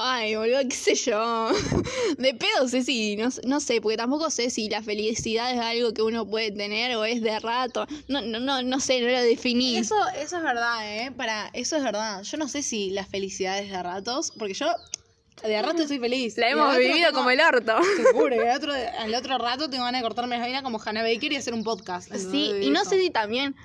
Ay, boludo, qué sé yo. De pedo sé si, no, s- no sé, porque tampoco sé si la felicidad es algo que uno puede tener o es de rato. No, no, no, no sé, no lo definí.
Eso, eso es verdad, ¿eh? Para, eso es verdad. Yo no sé si la felicidad es de ratos, porque yo de rato estoy feliz. Y de rato no tengo-
orto.
Seguro, y al otro, al otro rato tengo ganas de cortarme la vida como Hannah Baker y hacer un podcast.
Sí, y no sé si también.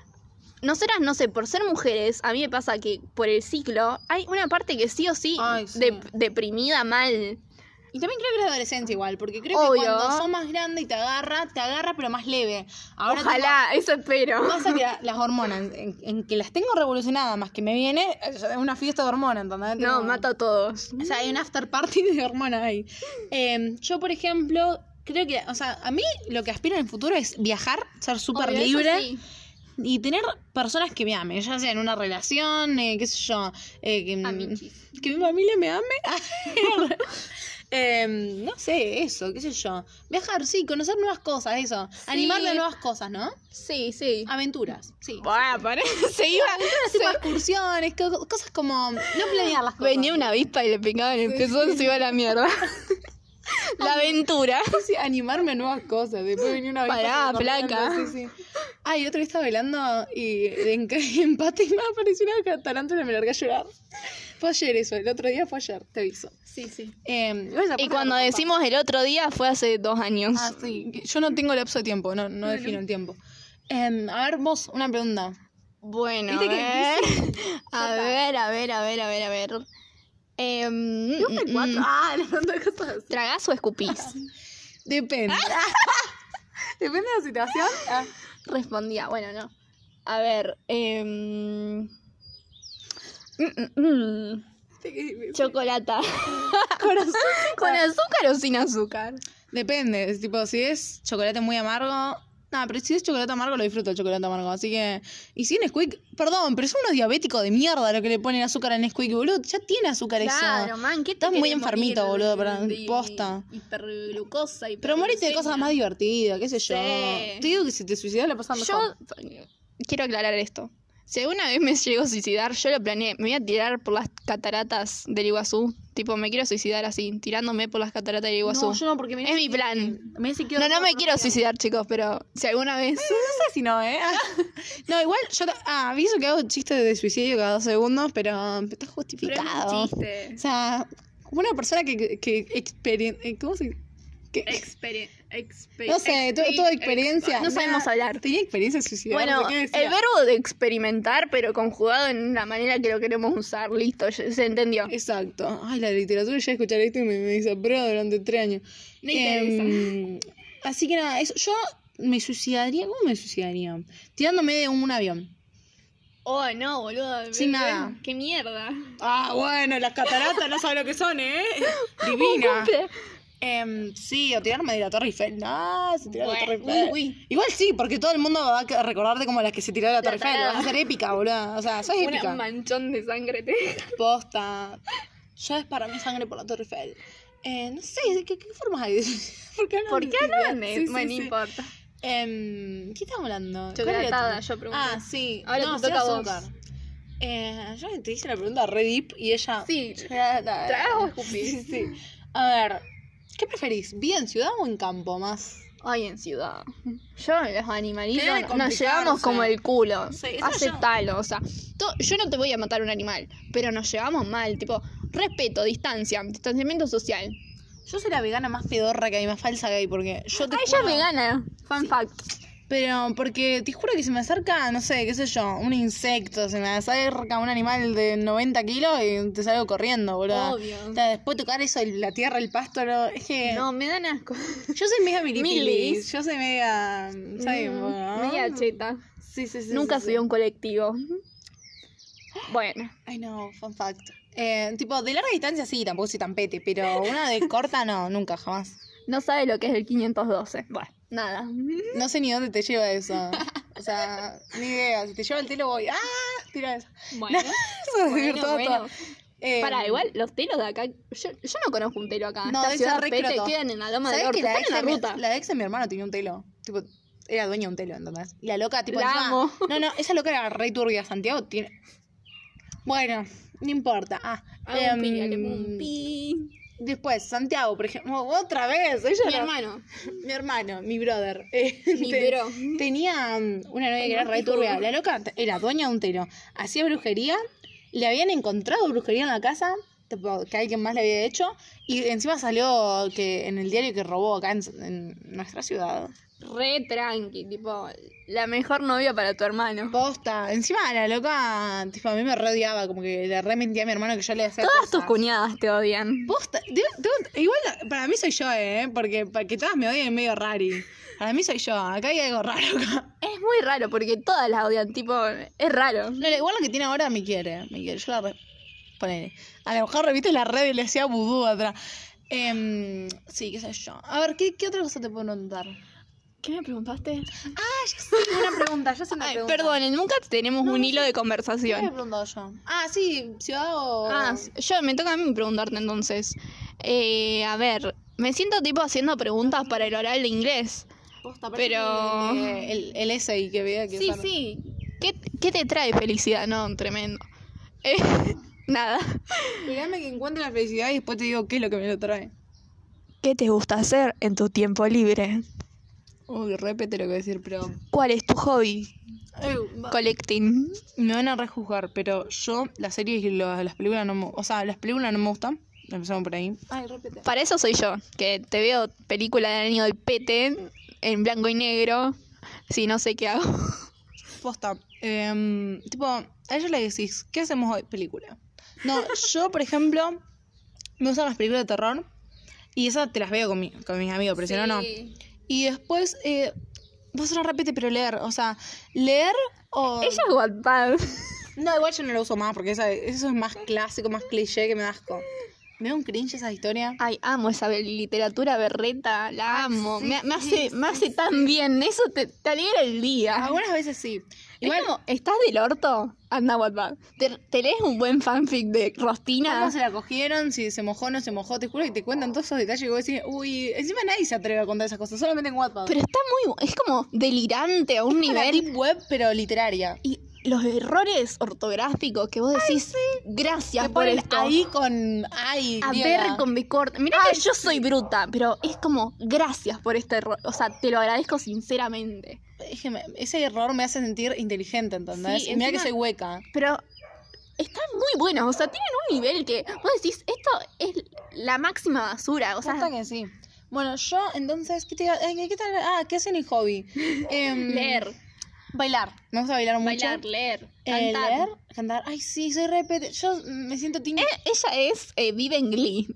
Nosotras, no sé, por ser mujeres, a mí me pasa que por el ciclo hay una parte que sí o sí,
Ay, sí.
dep- deprimida mal.
Y también creo que es la adolescencia igual, porque creo
Obvio.
que cuando sos más grande y te agarra, te agarra pero más leve. Ahora
Ojalá, eso espero.
tengo- pasa que las hormonas, en, en que las tengo revolucionadas más que me viene, es una fiesta de hormonas, ¿entendés?
No,
Tengo-
mato a todos.
O sea, hay un after party de hormonas ahí. Eh, yo, por ejemplo, creo que, o sea, a mí lo que aspiro en el futuro es viajar, ser súper
Obvio, eso
libre.
sí.
Y tener personas que me amen, ya sea en una relación, eh, qué sé yo, eh, que,
Amichis.
que mi familia me ame. Em, no sé, eso, qué sé yo. Viajar, sí, conocer nuevas cosas, eso. Animarme a nuevas cosas, ¿no?
Sí, sí.
Aventuras, Ah, sí.
Bueno, pará, se iba.
Tipo excursiones, co- cosas como... No planear las cosas.
Venía una avispa y le picaba en el pezón, se iba a la mierda. la aventura.
Sí, animarme a nuevas cosas. Después venía una avispa
Pará,
que me cortó el
placa.
brazo, sí, sí. Ah, y otro día estaba bailando y en, empate y me apareció una tarántula y me largué a llorar. Fue ayer eso, el otro día fue ayer, te aviso.
Sí, sí.
Eh, igual esa
Y
parte
cuando
la ropa.
decimos el otro día fue hace dos años.
Ah, sí. Yo no tengo lapso de tiempo, no, no defino el tiempo. Em, a ver, vos, una pregunta.
Bueno, a
¿Viste que
ver.
es
a
Ya está.
ver, a ver, a ver, a ver, a ver. Em, mm, mm,
Ah, le mando cosas así.
¿Tragás o escupís?
Depende. Depende de la situación. Ah.
Respondía, bueno, no. A ver, em, mm, mm, mm, Chocolata. ¿Con azúcar o sin azúcar?
Depende, es tipo, si es chocolate muy amargo. No, pero si es chocolate amargo, lo disfruto el chocolate amargo. Así que. Y si es Nesquik. Perdón, pero son unos diabéticos de mierda lo que le ponen azúcar al Nesquik, boludo. Ya tiene azúcar eso.
man, ¿qué te
Estás muy
querés
enfermito,
morir
boludo, para-
de
posta.
Hiperglucosa,
Pero moriste de cosas más
hiperglucemia?
divertidas, qué sé yo.
Sí.
Te digo que si te suicidas la pasas mejor.
Yo quiero aclarar esto. Si alguna vez me llego a suicidar, yo lo planeé. Me voy a tirar por las cataratas del Iguazú. Tipo, me quiero suicidar así, tirándome por las cataratas del Iguazú.
No, yo no, porque me
Es mi plan.
Me dice que
No, no me quiero
suicidar.
suicidar, chicos, pero si alguna vez.
No sé si no, ¿eh? No, igual yo ta- ah, aviso que hago chistes de suicidio cada dos segundos, pero está justificado. O sea, una persona que, que, que experien- eh, ¿Cómo se que- No sé, tu- tuvo experiencia.
No sabemos hablar.
Tenía experiencia de suicidio.
Bueno, el verbo de experimentar, pero conjugado en la manera que lo queremos usar. Listo, ya- se entendió.
Exacto. Ay, la literatura, ya escuchar esto y me, me desaprobó durante tres años.
No interesa.
Em, así que nada, eso, yo me suicidaría. ¿Cómo me suicidaría? Tirándome de un avión.
Oh, no, boludo.
Sin nada.
Qué mierda.
Ah, bueno, las cataratas no sabes lo que son, ¿eh? Divina. Em, sí, o tirarme de la Torre Eiffel. No, se tiró de la Torre
Bueno,
Eiffel.
uy, uy.
Igual sí, porque todo el mundo va a que- recordarte como las que se tiró de la Torre Eiffel.
tarada.
Vas a ser épica, boludo. O sea, sos épica.
Un manchón de sangre te
Posta. Yo es para mi sangre por la Torre Eiffel. Eh, no sé, ¿qué, qué formas hay de ¿Por qué hablan
¿Por
de
qué
suicidio?
hablan de
Sí, sí,
Bueno,
sí.
no importa.
Em, ¿Qué estamos hablando? ¿Cuál era tu-
Chocolatada, yo pregunté.
Ah, sí.
Ahora
no,
te toca
sin
a vos.
azúcar. Eh, yo te hice una pregunta re deep y ella...
Sí,
¿Tragas
¿tragás o escupís?
Sí, sí. A ver, ¿qué preferís? ¿Vida en ciudad o en campo más?
Ay, en ciudad. Yo los
Debe
animalitos nos
complicarse.
llevamos como el culo.
Sí, eso
Aceptalo, o sea. to- yo no te voy a matar un animal, pero nos llevamos mal. Tipo, respeto, distancia, distanciamiento social.
Yo soy la vegana más pedorra que hay, más falsa que hay, porque yo te
Ah, ella es
juro-
vegana. Fun fact.
Pero porque te juro que se me acerca, no sé, qué sé yo, un insecto, se me acerca un animal de 90 kilos y te salgo corriendo, boludo.
Obvio.
O sea, después tocar eso, el- la tierra, el pasto, no, es que...
No, me dan asco.
Yo soy mega milipilis,
Milis.
yo soy mega... ¿sabes?
Mm, Media cheta.
Sí, sí, sí.
Nunca
sí,
subí a
sí.
un colectivo. Bueno.
Ay, no, fun fact. Eh, tipo, de larga distancia sí, tampoco soy tan pete, pero una de corta no, nunca, jamás.
No sabe lo que es el 512. Bueno, nada.
No sé ni dónde te lleva eso. O sea, ni idea. Si te lleva el telo voy. ¡Ah! Tira eso.
Bueno,
Eso es decir todo, todo. Eh,
Para igual, los telos de acá. Yo, yo no conozco un telo acá.
No,
Esta
es
ciudad
re
pete
croto.
quedan en la loma
¿Sabés
del norte.
que la
Están
ex,
en
de
la
mi,
ruta.
la ex de mi hermano tenía un telo? Tipo, era dueña de un telo, ¿entendés? Y la loca, tipo,
La
encima-
amo.
No, no, esa loca era re turbia. Santiago tiene. Bueno, no importa. Ah,
Hago un pi,
em,
le pongo un pi.
Después, Santiago, por ejemplo. Otra vez. Ella
Mi
era-
hermano.
Mi hermano, mi brother. Eh,
Mi
te-
bro.
Tenía mm, una novia que era re
Romántico.
turbia. La loca t- era dueña de un telo. Hacía brujería. Le habían encontrado brujería en la casa. tipo, que alguien más le había hecho. Y encima salió que en el diario que robó acá en, en nuestra ciudad.
Re tranqui, tipo, la mejor novia para tu hermano.
Posta. Encima la loca, tipo, a mí me rodeaba. Como que le re mentía a mi hermano que yo le hacía
Todas tus
cosas.
cuñadas te odian.
Posta, debo- debo- igual para mí soy yo, ¿eh? Porque para que todas me odien es medio rari. Para mí soy yo, acá hay algo raro. Acá.
Es muy raro porque todas las odian, tipo, es raro.
No, la- igual la que tiene ahora me quiere, me quiere. Yo la re... Ponele. A lo mejor reviste la red y le hacía vudú atrás. Em, sí, qué sé yo. A ver, ¿qué, qué otra cosa te puedo preguntar? Ah,
¿Qué me preguntaste?
yo sé una pregunta, yo sé una
Ay,
pregunta.
perdonen, nunca tenemos un hilo de
¿Qué me
conversación.
preguntado yo? Ah, sí, ciudad o...
Ah, yo me toca a mí preguntarte entonces. Eh, a ver, me siento tipo haciendo preguntas para el oral de inglés.
Posta,
pero-
parece que eh, El, el essay que veía que
Sí,
usar.
sí. ¿Qué, qué te trae felicidad? No, tremendo. Eh, nada.
Esperame que encuentre la felicidad y después te digo qué es lo que me lo trae.
¿Qué te gusta hacer en tu tiempo libre?
Uy, repete lo que voy a decir, pero...
¿Cuál es tu hobby? Collecting.
Me van a rejuzgar, pero yo las series y lo- las películas no me... O sea, las películas no me gustan. Empezamos por ahí. Ay, repete.
Para eso soy yo, que te veo película del año del pete en blanco y negro. Si no sé qué hago.
Posta. em, tipo, a ella le decís, ¿qué hacemos hoy? Película. No, yo, por ejemplo, me gustan las películas de terror. Y esas te las veo con, mi- con mis amigos, pero si no, no. Y después, eh, vos no repete, pero leer. O sea, leer o.
Ella es Wattpad.
No, igual yo no lo uso más porque esa- eso es más clásico, más cliché que me da asco. Me da un cringe esa historia.
Ay, amo esa be- literatura berreta, la amo.
sí,
me, me hace, me hace tan bien, eso te, te alegra el día.
Algunas veces sí.
Ah. Es
Igual,
como, ¿estás del orto? Anda a Wattpad. ¿Te, te lees un buen fanfic de Rostina?
¿Cómo se la cogieron? Si se mojó o no se mojó. Te juro que te cuentan todos esos detalles. Y vos decís, uy, encima nadie se atreve a contar esas cosas. Solamente en Wattpad.
Pero está muy... Es como delirante a un
Una
nivel.
deep web, pero literaria.
Y los errores ortográficos que vos decís, gracias
Te
por
ponen
esto.
ahí con... Ay,
A
griega.
ver con B corta. Mirá que yo soy bruta, pero es como, gracias por este error. O sea, te lo agradezco sinceramente.
Es que me- ese error me hace sentir inteligente, ¿entendés?
Sí,
Y Mira que
encima-
soy hueca.
Pero están muy buenos, o sea, tienen un nivel que vos decís, esto es la máxima basura. O sea,
Posta que sí. Bueno, yo entonces, ¿qué, te iba- ay, ¿qué tal? Ah, ¿qué hacen en el hobby? Em,
leer,
Bailar. Me gusta bailar mucho.
mm, bailar, leer,
Eh,
cantar.
leer, cantar. Ay, sí, soy repete. Yo me siento tímida.
Eh, Ella es, eh, vive en Glee,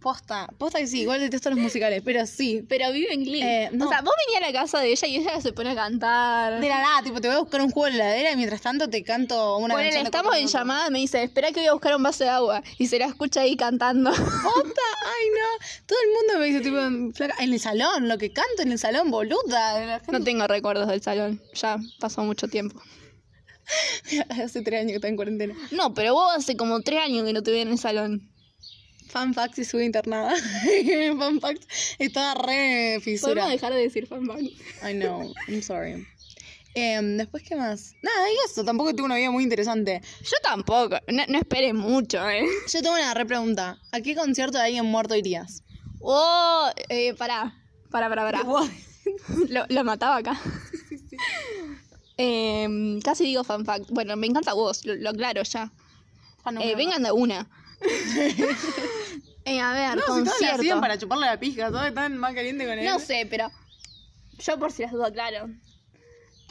Posta, posta que sí, igual detesto los musicales, pero sí.
pero vive en Glee.
Eh, no.
O sea, vos venís a la casa de ella y ella se pone a cantar.
De la nada, tipo, te voy a buscar un juego en la heladera y mientras tanto te canto una
Ponele,
canción de
estamos
cuatro
en
minutos.
llamada, me dice, espera que voy a buscar un vaso de agua. Y se la escucha ahí cantando.
Posta, ay no. Todo el mundo me dice, tipo, flaca, en el salón, lo que canto en el salón, boluda. La gente-
No tengo recuerdos del salón, ya pasó mucho tiempo.
Hace tres años que está en cuarentena.
No, pero vos hace como tres años que no te vi en el salón.
Fan fact si sube internada. Fan fact estaba re fisura.
Podemos dejar de decir fanboy.
I know, I'm sorry. Em, Después, ¿qué más? Nada, y eso, tampoco tengo una vida muy interesante.
Yo tampoco, no, no esperé mucho, eh.
Yo tengo una re pregunta. ¿A qué concierto de alguien muerto irías?
Oh, eh, pará, pará, pará, pará. Lo, lo mataba acá. Em, casi digo fan fact. Bueno, me encanta vos, lo, lo aclaro ya.
Ah, no,
Eh,
no,
vengan de una. Eh, a ver,
No, si
Eh,
todos la
concierto.
eh. hacían para chuparle la pija, todos están más calientes con él.
No sé, pero Yo por si las dudas, claro.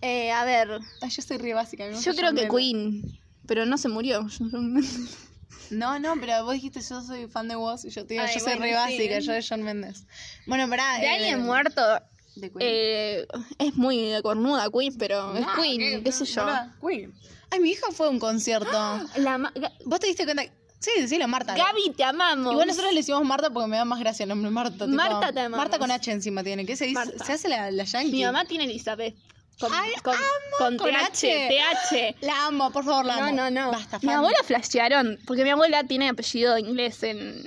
Eh, a ver,
Ay, yo soy re básica. me gusta
yo creo
John
que
Lennon.
Queen, pero no se murió. Yo- yo-
No, no, pero vos dijiste yo soy fan de vos y yo te digo,
Ay,
yo soy
bueno,
re
sí.
básica, yo de John Méndez. Bueno, pará.
eh. De
eh,
alguien muerto
De Queen.
eh, es muy cornuda Queen, pero es
no,
Queen,
eh,
qué sé yo.
pará, Queen. Ay, mi hija fue a un concierto.
La ma- Ga-
¿Vos te diste cuenta? Sí, decílo, Marta.
Gaby, te amamos.
Igual nosotros le decimos Marta porque me da más gracia el nombre Marta. tipo,
Marta te amamos.
Marta con H encima tiene. ¿Qué se dice?
Marta.
Se hace la, la yankee.
Mi mamá tiene Elizabeth. Con,
Ay,
con, con
con
TH,
H.
TH.
La amo, por favor, la amo. Basta,
mi
fan.
abuela flashearon, porque mi abuela tiene apellido inglés en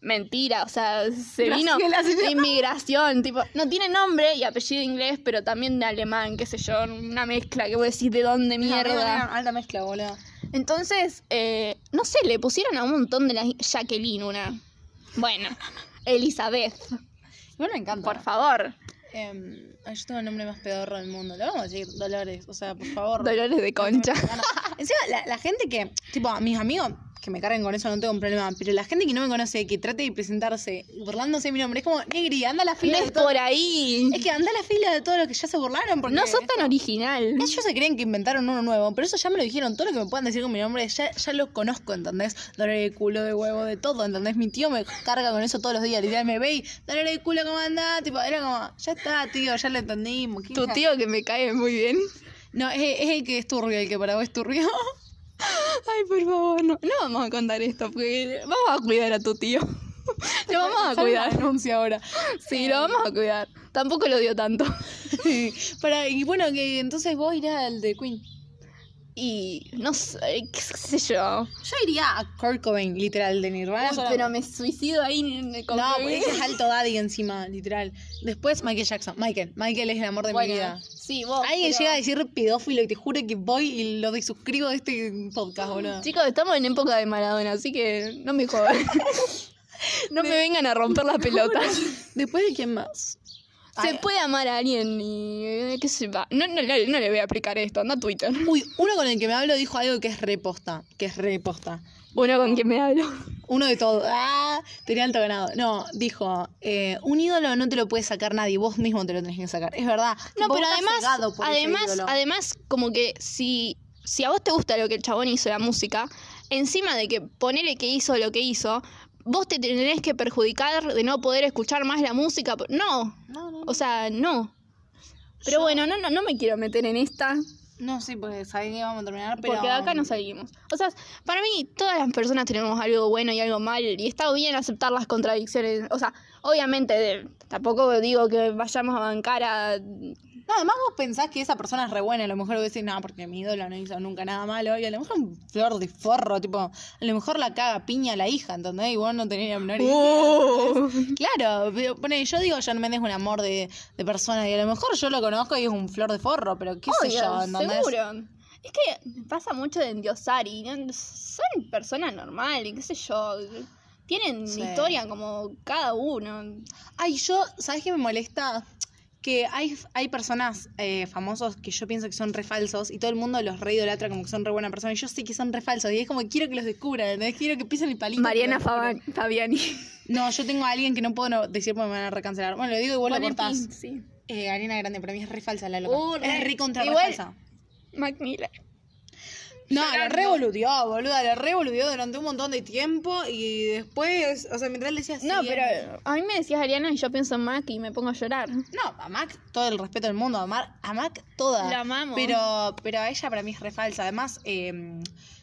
mentira, o sea, se vino
Graciela se llama.
inmigración, tipo, no tiene nombre y apellido inglés, pero también de alemán, qué sé yo, una mezcla que voy a decir de dónde
No, no,
mierda.
no, Alta mezcla, boludo.
Entonces, eh, no sé, le pusieron a un montón de las Jacqueline una. Bueno, Elizabeth,
Igual me encanta.
por favor.
Em, ay, yo tengo el nombre más pedorro del mundo. Lo vamos a decir, Dolores. O sea, por favor.
Dolores de concha.
Encima, la, la gente que, tipo, a mis amigos que me carguen con eso no tengo un problema, pero la gente que no me conoce, que trate de presentarse burlándose de mi nombre, es como, Negri, anda a la
No
fila
es
de todo.
por ahí.
Es que anda a la fila de todo lo que ya se burlaron. Porque
No sos tan original.
Ellos se creen que inventaron uno nuevo, pero eso ya me lo dijeron. Todo lo que me puedan decir con mi nombre, ya, ya lo conozco, ¿entendés? Dolor de culo, de huevo, de todo, ¿entendés? Mi tío me carga con eso todos los días. Literal, me ve y, dolor de culo, ¿cómo andás? Tipo, era como, ya está, tío, ya lo entendimos. ¿qué
Tu
hija?
tío que me cae muy bien.
No, es, es el que es turbio, el que para vos es turbio.
Ay, por favor, no, no vamos a contar esto, porque vamos a cuidar a tu tío. Lo vamos a
Sale una
cuidar.
denuncia ahora.
Sí, lo vamos a cuidar. Tampoco lo dio tanto.
Para, y bueno, que entonces vos irás al de Queen.
Y no sé, qué sé yo.
Yo iría a Kurt Cobain, literal, de Nirvana.
Uy,
solo-
pero me suicido ahí me
No, porque ese es alto daddy encima, literal. Después Michael Jackson. Michael. Michael es el amor de mi vida.
Sí, vos.
Alguien
pero-
llega a decir pedófilo y te juro que voy y lo desuscribo de este podcast, boludo.
Chicos, estamos en época de Maradona, así que no me jodan. no me vengan a romper las pelotas.
Después de quién más.
Se puede amar a alguien y. eh, qué sé va. No, no, le- no le voy a aplicar esto, anda a Twitter.
Uy, uno con el que me hablo dijo algo que es reposta. Que es reposta.
Uno con quien me hablo.
Uno de todo. ¡Ah! Tenía alto ganado. No, dijo, eh, un ídolo no te lo puede sacar nadie, vos mismo te lo tenés que sacar. Es verdad.
No,
Tipo,
pero
vos estás
además,
cegado por ese
además,
ídolo.
además, como que si, si a vos te gusta lo que el chabón hizo, la música, encima de que ponele que hizo lo que hizo, vos te tenés que perjudicar de no poder escuchar más la música. por- No,
No, no,
o sea, no. Pero bueno, no, no, no me quiero meter en esta,
no sé, pues, porque sabía que íbamos a terminar, pero...
porque de acá no salimos. O sea, para mí todas las personas tenemos algo bueno y algo mal, y está bien aceptar las contradicciones. O sea, obviamente, de- tampoco digo que vayamos a bancar a
No, además vos pensás que esa persona es re buena, a lo mejor vos decís, no, porque mi ídolo no hizo nunca nada malo, y a lo mejor un flor de forro, tipo, a lo mejor la caga piña la hija, ¿entendés? Y vos no tenés la menor idea.
Uh,
Claro, pero pone, yo digo, John Méndez es un amor de, de persona, y a lo mejor yo lo conozco y es un flor de forro, pero qué sé
Obvio,
yo, ¿entendés?
seguro. Es que pasa mucho de endiosar y no- son personas normales, qué sé yo. Tienen
Sí.
historia como cada uno.
Ay, yo, ¿sabes qué me molesta? Que hay, hay personas eh, famosos que yo pienso que son re falsos y todo el mundo los re idolatra como que son re buena persona y yo sé que son re falsos y es como quiero que los descubran, ¿entendés? quiero que pisen el palito.
Mariana
que los descubran.
Fabiani.
No, yo tengo a alguien que no puedo no- decir porque me van a recancelar. Bueno, lo digo igual lo cortás. Eh, Ariana Grande, para mí es re falsa la loca.
Uh,
es
re-
re contra re
igual-
falsa.
Mac Miller.
No, la
Llorando.
revoludió, boluda, la revoludió durante un montón de tiempo y después, o sea, mientras le decías
No,
sí, era-
pero a mí me decías Ariana y yo pienso en Mac y me pongo a llorar.
No, a Mac todo el respeto del mundo, a Mac, a Mac toda.
La amamos.
Pero, pero a ella para mí es re falsa. Además, eh,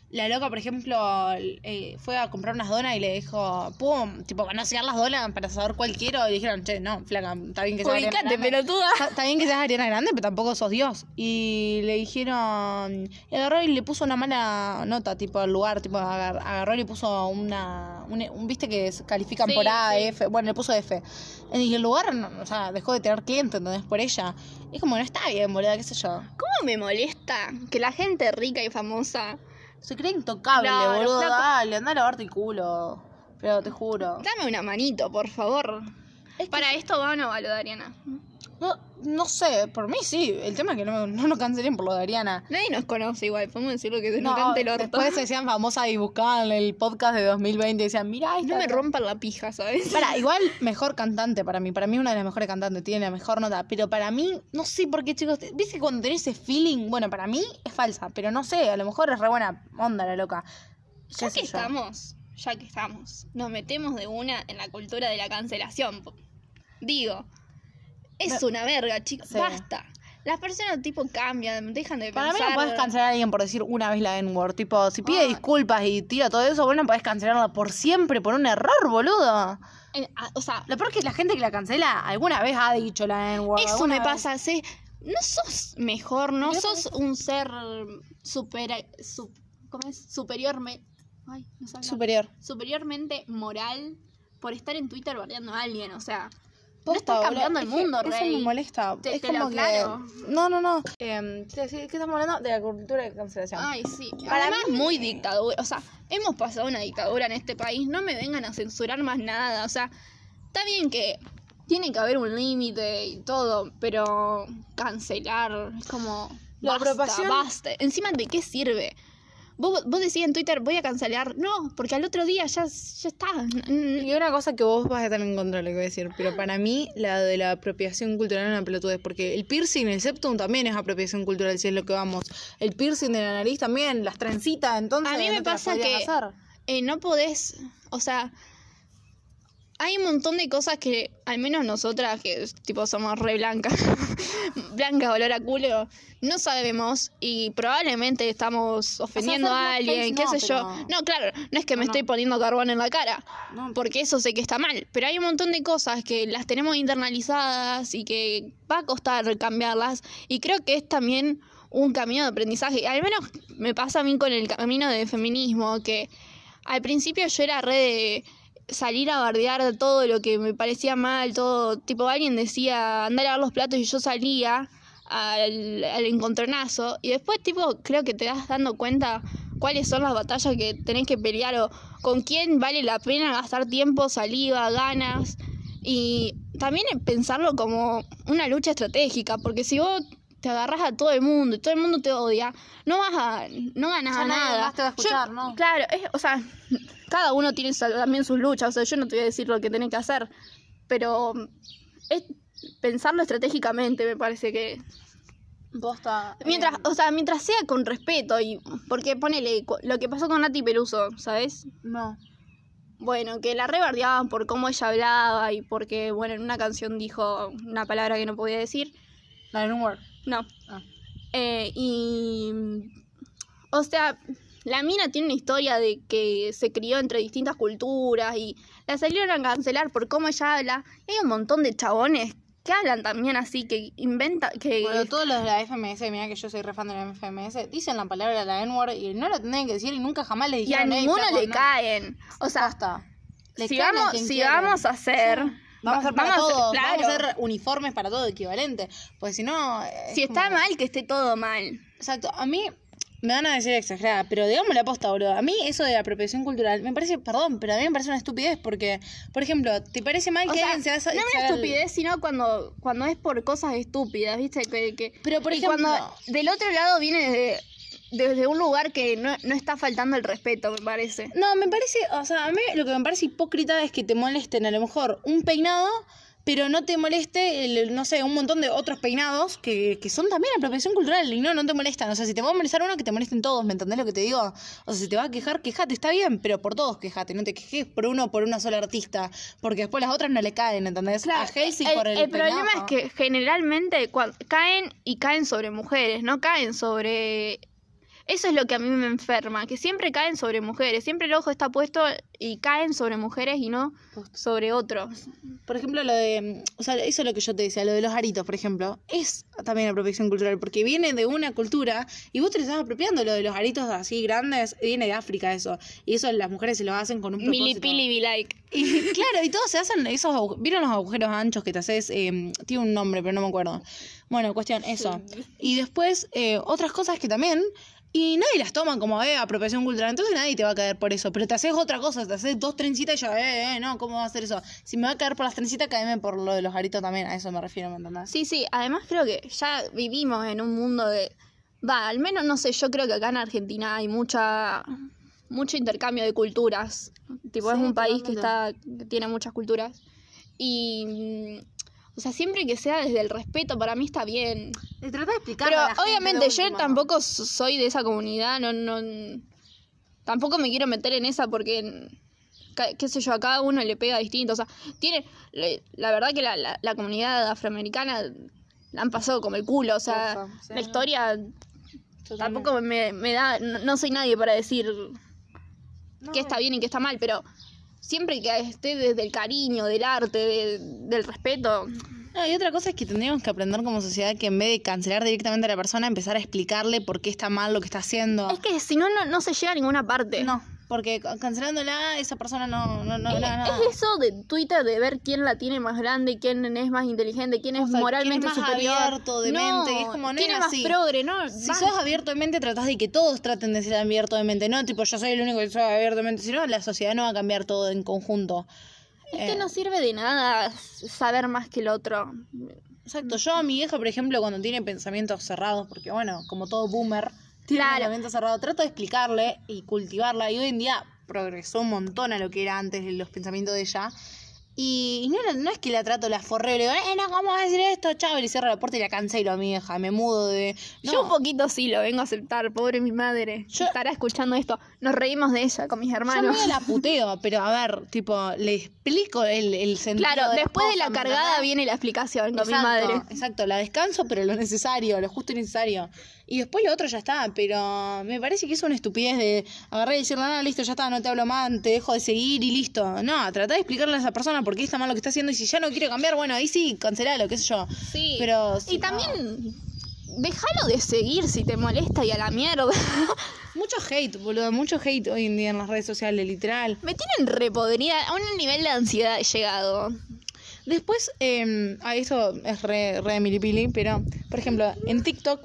la loca, por ejemplo, eh, fue a comprar unas donas y le dijo, pum, tipo, manosear las donas para saber cuál quiero. Y dijeron, che, no, flaca, está bien que sea Ariana
Ubicate,
Grande".
pelotuda.
Está, está bien que seas Ariana Grande, pero tampoco sos Dios. Y le dijeron. Y agarró y le puso una mala nota, tipo, al lugar. Tipo, agar- agarró y le puso una. Un, un- viste que se califican
Sí,
por A,
sí.
F. Bueno, le puso F. Y el lugar, no- o sea, dejó de tener cliente, ¿entendés? Por ella. Y es como, no está bien, boluda, qué sé yo.
¿Cómo me molesta que la gente rica y famosa
Se cree intocable,
Claro,
boludo.
flaco.
Dale, anda a lavarte el culo. Pero te juro.
Dame una manito, por favor.
Es que-
Para esto va o no va lo de Ariana.
No,
no sé, por mí sí. El tema es que no, no nos cancelen por lo de Ariana.
Nadie nos conoce igual, podemos decir lo que se nos cante Pues el orto.
después se sean famosas y buscaban el podcast de 2020 y decían, mirá, esta
No me
ca-".
rompan la pija, ¿sabes?
Para, igual mejor cantante para mí. Para mí es una de las mejores cantantes, tiene la mejor nota. Pero para mí, no sé por qué, chicos. ¿Viste cuando tenés ese feeling? Bueno, para mí es falsa, pero no sé, a lo mejor es re buena onda la loca.
Ya
Qué sé
que
yo.
estamos, ya que estamos, nos metemos de una en la cultura de la cancelación. po. Digo, es una verga, chicos,
Sí.
basta. Las personas tipo cambian, dejan de
Para mí
pensar. Ah.
no podés cancelar a alguien por decir una vez la N-word. Tipo, si pide
Ay.
disculpas y tira todo eso, vos no podés cancelarla por siempre por un error, boludo.
En- a- o sea,
Lo peor es que la gente que la cancela alguna vez ha dicho la N-word.
eso
alguna
me
vez.
pasa, sé, no sos mejor, no
Yo
sos un ser mm, supera, sup- ¿cómo es? superiorme- ay, no sé hablar.
Superior.
superiormente moral por estar en Twitter bardeando a alguien, o sea, no
Posta,
estás
boludo.
cambiando el
Es que
mundo, rey.
Eso me molesta.
Te-
es
te lo
como que...
aclaro.
No, no, no. Em, ¿qué te iba a decir? ¿Qué estamos hablando? De la cultura de cancelación.
Ay, sí.
Para
Además, eh,
mí-
muy dictadura. O sea, hemos pasado una dictadura en este país. No me vengan a censurar más nada. O sea, está bien que tiene que haber un límite y todo, pero cancelar es como.
La
basta,
apropiación-
basta. Encima, ¿de qué sirve? Vos, vos decís en Twitter, voy a cancelar. No, porque al otro día ya, ya está. N- n-
Mm, Y una cosa que vos vas a estar en contra de lo que voy a decir, pero para mí la de la apropiación cultural es una pelotudez, porque el piercing, el septum también es apropiación cultural, si es lo que vamos. El piercing de la nariz también, las trencitas, entonces.
A mí me
no te las
pasa
podrías
que-
hacer.
eh, no podés. O sea. Hay un montón de cosas que, al menos nosotras, que tipo somos re blancas, blancas, olor a culo, no sabemos y probablemente estamos ofendiendo
hacer
a
blackface
alguien, qué
no,
sé yo.
pero-
No, claro, no es que me
No, no.
estoy poniendo carbón en la cara,
No,
porque eso sé que está mal, pero hay un montón de cosas que las tenemos internalizadas y que va a costar cambiarlas y creo que es también un camino de aprendizaje, al menos me pasa a mí con el camino de feminismo, que al principio yo era re de salir a bardear todo lo que me parecía mal, todo, tipo alguien decía andar a lavar los platos y yo salía al, al encontronazo y después tipo creo que te das dando cuenta cuáles son las batallas que tenés que pelear o con quién vale la pena gastar tiempo, saliva, ganas y también pensarlo como una lucha estratégica, porque si vos te agarras a todo el mundo y todo el mundo te odia, no vas a no ganas
Ya
a
nadie
nada.
más te va a
Yo-
escuchar, ¿no?
Claro, es- o sea, cada uno tiene sa- también sus luchas, o sea, yo no te voy a decir lo que tenés que hacer, pero es pensarlo estratégicamente, me parece que
posta.
Mientras, o sea, mientras sea con respeto y porque ponele cu- lo que pasó con Nati Peluso, ¿sabes?
No.
Bueno, que la rebardeaban por cómo ella hablaba y porque, bueno, en una canción dijo una palabra que no podía decir.
La N-word.
No.
Ah.
Eh, y. O sea, la mina tiene una historia de que se crió entre distintas culturas y la salieron a cancelar por cómo ella habla. Y hay un montón de chabones que hablan también así, que inventan. Que...
Bueno, todos los de la FMS, mira que yo soy re fan de la FMS, dicen la palabra la N-word y no la tendrían que decir y nunca jamás le
y a
dijeron "Ey,
ninguno
flaco,
le
no".
caen. O sea,
Posta. Le
si,
caen a
vamos,
quien
si
quieran.
vamos a hacer.
Vamos a ser para
vamos a-
todos,
claro.
vamos a ser uniformes para todo equivalente. Pues si no. es
Si está
como-
mal, que esté todo mal.
Exacto, a mí me van a decir exagerada, pero digamos la posta, boludo. A mí eso de la apropiación cultural me parece, perdón, pero a mí me parece una estupidez porque, por ejemplo, ¿te parece mal
O
que
sea,
alguien se haga.
no es
se
una
haga el-
estupidez, sino cuando, cuando es por cosas estúpidas, ¿viste? Que, que-
Pero, por
y
ejemplo-
cuando del otro lado viene desde, desde un lugar que no, no está faltando el respeto, me parece.
No, me parece, o sea, a mí lo que me parece hipócrita es que te molesten a lo mejor un peinado, pero no te moleste, el- no sé, un montón de otros peinados que, que son también apropiación cultural y no, no te molestan. O sea, si te va a molestar uno, que te molesten todos, ¿me entendés lo que te digo? O sea, si te vas a quejar, quejate, está bien, pero por todos quejate, no te quejes por uno o por una sola artista, porque después las otras no le caen, ¿entendés? a Halsey por el,
problema es
peinado.
que generalmente cuan- caen y caen sobre mujeres, no caen sobre... Eso es lo que a mí me enferma, que siempre caen sobre mujeres, siempre el ojo está puesto y caen sobre mujeres y no sobre otros.
Por ejemplo, lo de. mm, O sea, eso es lo que yo te decía, lo de los aritos, por ejemplo. Es también apropiación cultural, porque viene de una cultura y vos te lo estás apropiando. Lo de los aritos así grandes viene de África, eso. Y eso las mujeres se lo hacen con un propósito.
Milipili, be like.
Y, claro, y todos se hacen esos. agu- ¿Vieron los agujeros anchos que te haces? Eh, tiene un nombre, pero no me acuerdo. Bueno, cuestión, eso. Y después, eh, otras cosas que también. Y nadie las toma como, eh, apropiación cultural. Entonces nadie te va a caer por eso. Pero te haces otra cosa, te haces dos trencitas y ya, eh, eh, no, ¿cómo va a hacer eso? Si me va a caer por las trencitas, caeme por lo de los aritos también. A eso me refiero, ¿me entendés?
Sí, sí, además creo que ya vivimos en un mundo de... Va, al menos no sé, yo creo que acá en Argentina hay mucha mucho intercambio de culturas. Tipo,
Sí,
es un país que está
totalmente.
que tiene muchas culturas. Y mm, o sea, siempre que sea desde el respeto para mí está bien.
Te trata de explicar.
Pero obviamente yo tampoco so- soy de esa comunidad, no no tampoco me quiero meter en esa porque ca- qué sé yo, a cada uno le pega distinto, o sea, tiene le- la verdad que la, la- la comunidad afroamericana la han pasado como el culo, o sea,
Posta, sí,
la
¿no?
historia tampoco me, me da no, no soy nadie para decir qué está bien y qué está mal, pero siempre que esté desde el cariño, del arte, de- del respeto,
No, y otra cosa es que tendríamos que aprender como sociedad que en vez de cancelar directamente a la persona, empezar a explicarle por qué está mal lo que está haciendo.
es que si no no, no se llega a ninguna parte.
No, porque ca- cancelándola, esa persona no, no, no,
Eh,
no, no.
Es eso de Twitter de ver quién la tiene más grande, quién es más inteligente, quién es
O sea,
moralmente
quién es más
superior.
abierto de mente, que es como, no
quién
era
es más
así.
progre, no.
Si
basta.
sos abierto de mente, tratás de que todos traten de ser abierto de mente. No, tipo, yo soy el único que soy abierto de mente. Si no, la sociedad no va a cambiar todo en conjunto.
es
eh.
que no sirve de nada saber más que el otro.
Exacto. Yo a mi hija, por ejemplo, cuando tiene pensamientos cerrados, porque bueno, como todo boomer, tiene
Claro.
pensamientos cerrados, trato de explicarle y cultivarla. Y hoy en día progresó un montón a lo que era antes los pensamientos de ella. Y, y no, la- no es que la trato, la forreo, le digo, eh, no, ¿cómo vas a decir esto? Chao, y le cierro la puerta y la cancelo a mi hija, me mudo de... No.
Yo un poquito sí lo vengo a aceptar, pobre mi madre.
Yo-
Estará escuchando esto. Nos reímos de ella con mis
Yo
hermanos.
medio la puteo, pero a ver, tipo, le explico el, el sentido.
Claro,
las
después de la
cosas, ¿me
cargada
entendés?
viene la explicación con mi
Exacto,
madre.
Exacto, la descanso, pero lo necesario, lo justo y necesario. Y después lo otro ya está, pero me parece que es una estupidez de agarrar y decirle, no, listo, ya está, no te hablo más, te dejo de seguir y listo. No, tratá de explicarle a esa persona por qué está mal lo que está haciendo y si ya no quiere cambiar, bueno, ahí sí, cancelalo, qué sé yo.
Sí.
Pero si
y
no-
también, déjalo de seguir si te molesta y a la mierda.
Mucho hate, boludo, mucho hate hoy en día en las redes sociales, literal.
Me tienen repodrida, a un nivel de ansiedad he llegado.
Después, eh, ah, esto es re, re milipili, pero, por ejemplo, en TikTok,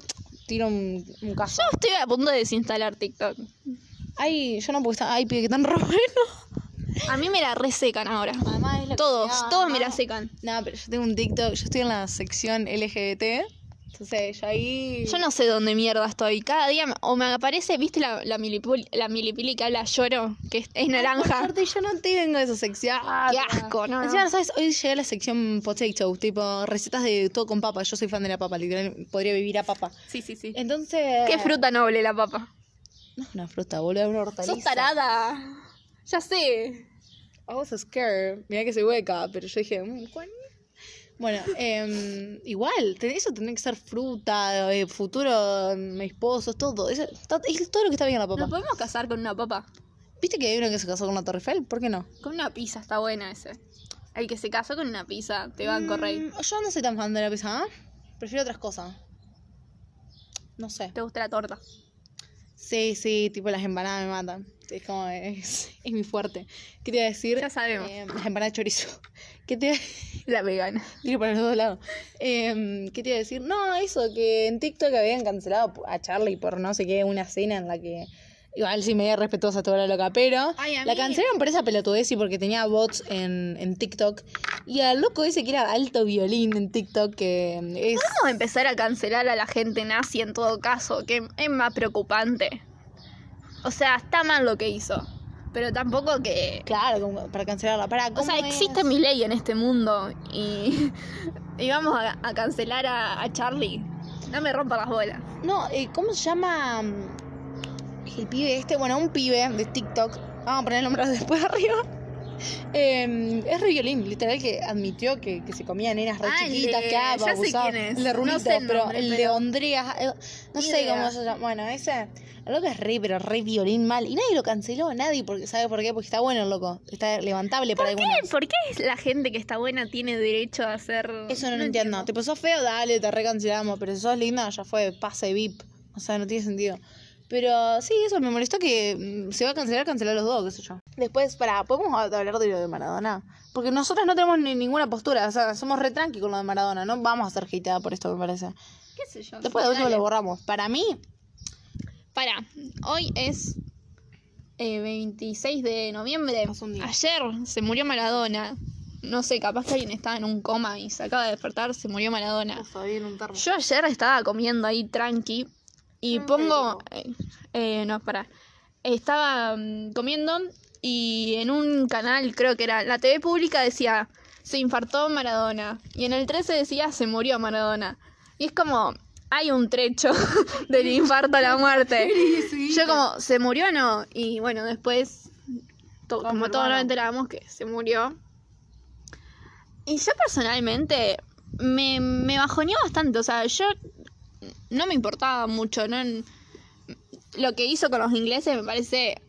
tiro un, un caso.
Yo estoy a punto de desinstalar TikTok.
Ay, yo no puedo estar, ay, pibe, que tan re bueno.
A mí me la resecan ahora.
Además, es la
Todos,
comunidad,
todos me la
¿no?
secan.
No, pero yo tengo un TikTok, yo estoy en la sección LGBT, entonces yo ahí...
Yo no sé dónde mierda estoy. Cada día me- o me aparece, ¿viste la, la, milipul- la milipili que habla lloro? Que es, es
Por
naranja.
suerte, yo no tengo esa sección.
Qué asco, Ah, no, no.
Encima, ¿sabes? Hoy llegué a la sección potato, tipo recetas de todo con papa. Yo soy fan de la papa, literal, podría vivir a papa.
Sí, sí, sí.
Entonces...
Qué fruta noble la papa.
No es una fruta, boludo, es una hortaliza.
Sos tarada. Ya sé.
I was scared. Mirá que soy hueca, pero yo dije, "Mm, ¿cuál? Bueno, em, igual, te- eso tendría que ser fruta, eh, futuro, mi esposo, todo. Eso, to- es todo lo que está bien en la papa.
¿Nos podemos casar con una papa?
¿Viste que hay uno que se casó con la Torre Eiffel? ¿Por qué no?
Con una pizza está buena ese. El que se casó con una pizza, te van a correr.
Mm, yo no soy tan fan de la pizza, ¿ah? Prefiero otras cosas. No sé.
¿Te gusta la torta?
Sí, sí, tipo las empanadas me matan. Es como, es, es mi fuerte. ¿Qué te iba a decir?
Ya sabemos.
Em, las empanadas de chorizo. ¿Qué te iba a
La vegana.
Tiro para los dos lados. Em, ¿Qué te iba a decir? No, eso, que en TikTok habían cancelado a Charlie por no sé qué, una cena en la que. Igual sí, media respetuosa toda la loca, pero
Ay, a
la
mí-
cancelaron por esa pelotudez y porque tenía bots en, en TikTok. Y al loco ese que era alto violín en TikTok, que es.
Vamos a empezar a cancelar a la gente nazi en todo caso, que es más preocupante. O sea, está mal lo que hizo, pero tampoco que...
Claro, como para cancelarla. Para,
O sea, existe mi ley en este mundo y, y vamos a, a cancelar a, a Charlie. No me rompa las bolas.
No, eh, ¿cómo se llama mm, el pibe este? Bueno, un pibe de TikTok. Vamos a poner el nombre después arriba. Eh, es re violín, literal que admitió que, que se comía nenas re
Ah, el
chiquitas,
de-
que
ya
ah,
sé
abusaba.
quién es.
El de
No
Rulito,
sé el
pero
nombre,
el de
pero-
Ondreas, eh, no
Ni
sé
idea.
cómo se llama. Bueno, ese, lo que es re, pero re violín mal. Y nadie lo canceló, nadie, porque ¿sabe por qué? Porque está bueno el loco, está levantable para algunos.
¿Por qué la gente que está buena tiene derecho a hacer...
Eso no, lo entiendo. Tipo, sos feo, dale, te recancelamos. Pero si sos linda, ya fue, pase VIP. O sea, no tiene sentido. Pero sí, eso me molestó que mm, se va a cancelar, cancelar los dos, qué sé yo. Después, para, ¿podemos hablar de lo de Maradona? Porque nosotras no tenemos ni ninguna postura, o sea, somos re tranqui con lo de Maradona, no vamos a ser hateada por esto, me parece.
¿Qué sé yo?
Después de último
Dale.
lo borramos. Para mí,
Para, hoy es eh, 26 de noviembre.
Pasó un día.
Ayer se murió Maradona. No sé, capaz que alguien estaba en un coma y se acaba de despertar, se murió Maradona.
en un termo.
Yo ayer estaba comiendo ahí tranqui y
Ah,
Tranquilo.
pongo... eh, eh, no, para. Estaba mm, comiendo y en un canal, creo que era la TV pública, decía, se infartó Maradona. Y en el 13 decía, se murió Maradona. Y es como, hay un trecho del infarto a la muerte. Yo como, ¿se murió o no? Y bueno, después, to- como todos
Confirmaron.
nos enterábamos que se murió. Y yo personalmente me, me bajoneó bastante. O sea, yo no me importaba mucho. no Lo que hizo con los ingleses me parece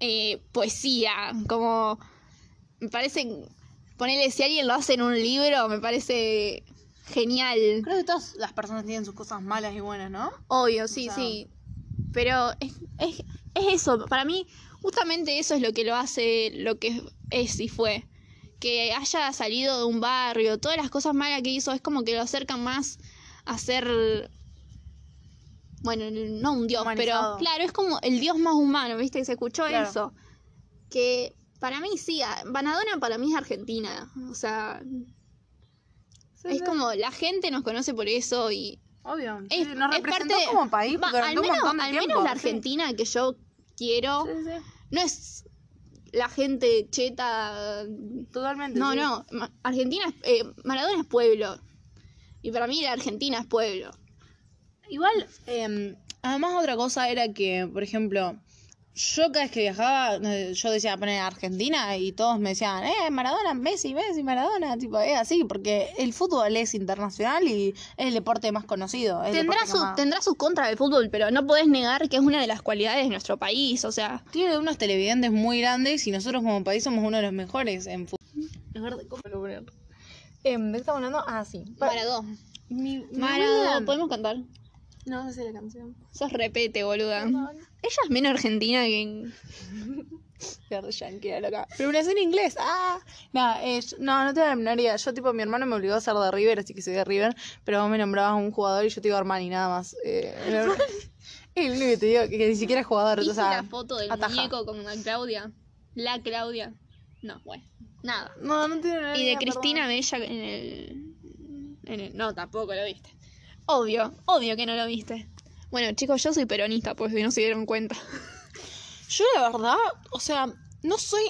eh, poesía. Como, me parece, ponerle si alguien lo hace en un libro, me parece genial.
Creo que todas las personas tienen sus cosas malas y buenas, ¿no?
Obvio, sí,
sea-
sí. Pero es, es, es eso. Para mí, justamente eso es lo que lo hace lo que es y fue. Que haya salido de un barrio, todas las cosas malas que hizo, es como que lo acercan más a ser. Bueno, no un dios, pero
Humanizado.
claro, es como el dios más humano, ¿viste? Que se escuchó
Claro.
eso. Que para mí sí, a- Maradona para mí es Argentina. O sea, es como la gente nos conoce por eso y
Obvio.
es,
sí, nos
es parte
representó
de-
como país
va,
durante
al
un
menos,
montón de
al
tiempo,
menos la
sí.
Argentina que yo quiero
Sí,
no es la gente cheta.
sí. Totalmente.
No,
sí.
no. Ma- Argentina es- eh, Maradona es pueblo. Y para mí la Argentina es pueblo.
Igual, eh, además otra cosa era que, por ejemplo, yo cada vez que viajaba, eh, yo decía poner Argentina y todos me decían, eh, Maradona, Messi, Messi, Maradona, tipo, es así, porque el fútbol es internacional y es el deporte más conocido. es el
Tendrá, su,
deporte más-
tendrá sus contras de fútbol, pero no podés negar que es una de las cualidades de nuestro país. O sea,
Tiene unos televidentes muy grandes y nosotros como país somos uno de los mejores en fútbol. Es verdad, ¿cómo lo poner?
Em, ¿De qué estamos hablando? Ah, sí.
Maradona.
Mi, mi
Maradona,
abuela-
podemos cantar.
No, no sé la canción.
Sos repete, boluda. Ella es menos argentina que.
loca. Pero una en inglés. Ah. Nada, eh, yo- no, no tengo la menor idea. Yo, tipo, mi hermano me obligó a ser de River, así que soy de River. Pero vos me nombrabas un jugador y yo te digo Armani, nada más. Eh, el- el único que te digo que, que ni siquiera es jugador.
¿Viste
o sea,
la foto del
ataja.
muñeco con la Claudia? La Claudia. No, bueno, nada.
No, no tengo la menor
Y de
idea,
Cristina Bella en el, en el- No, tampoco lo viste. Obvio, obvio que no lo viste. Bueno, chicos, yo soy peronista, pues si no se dieron cuenta.
Yo la verdad, o sea, no soy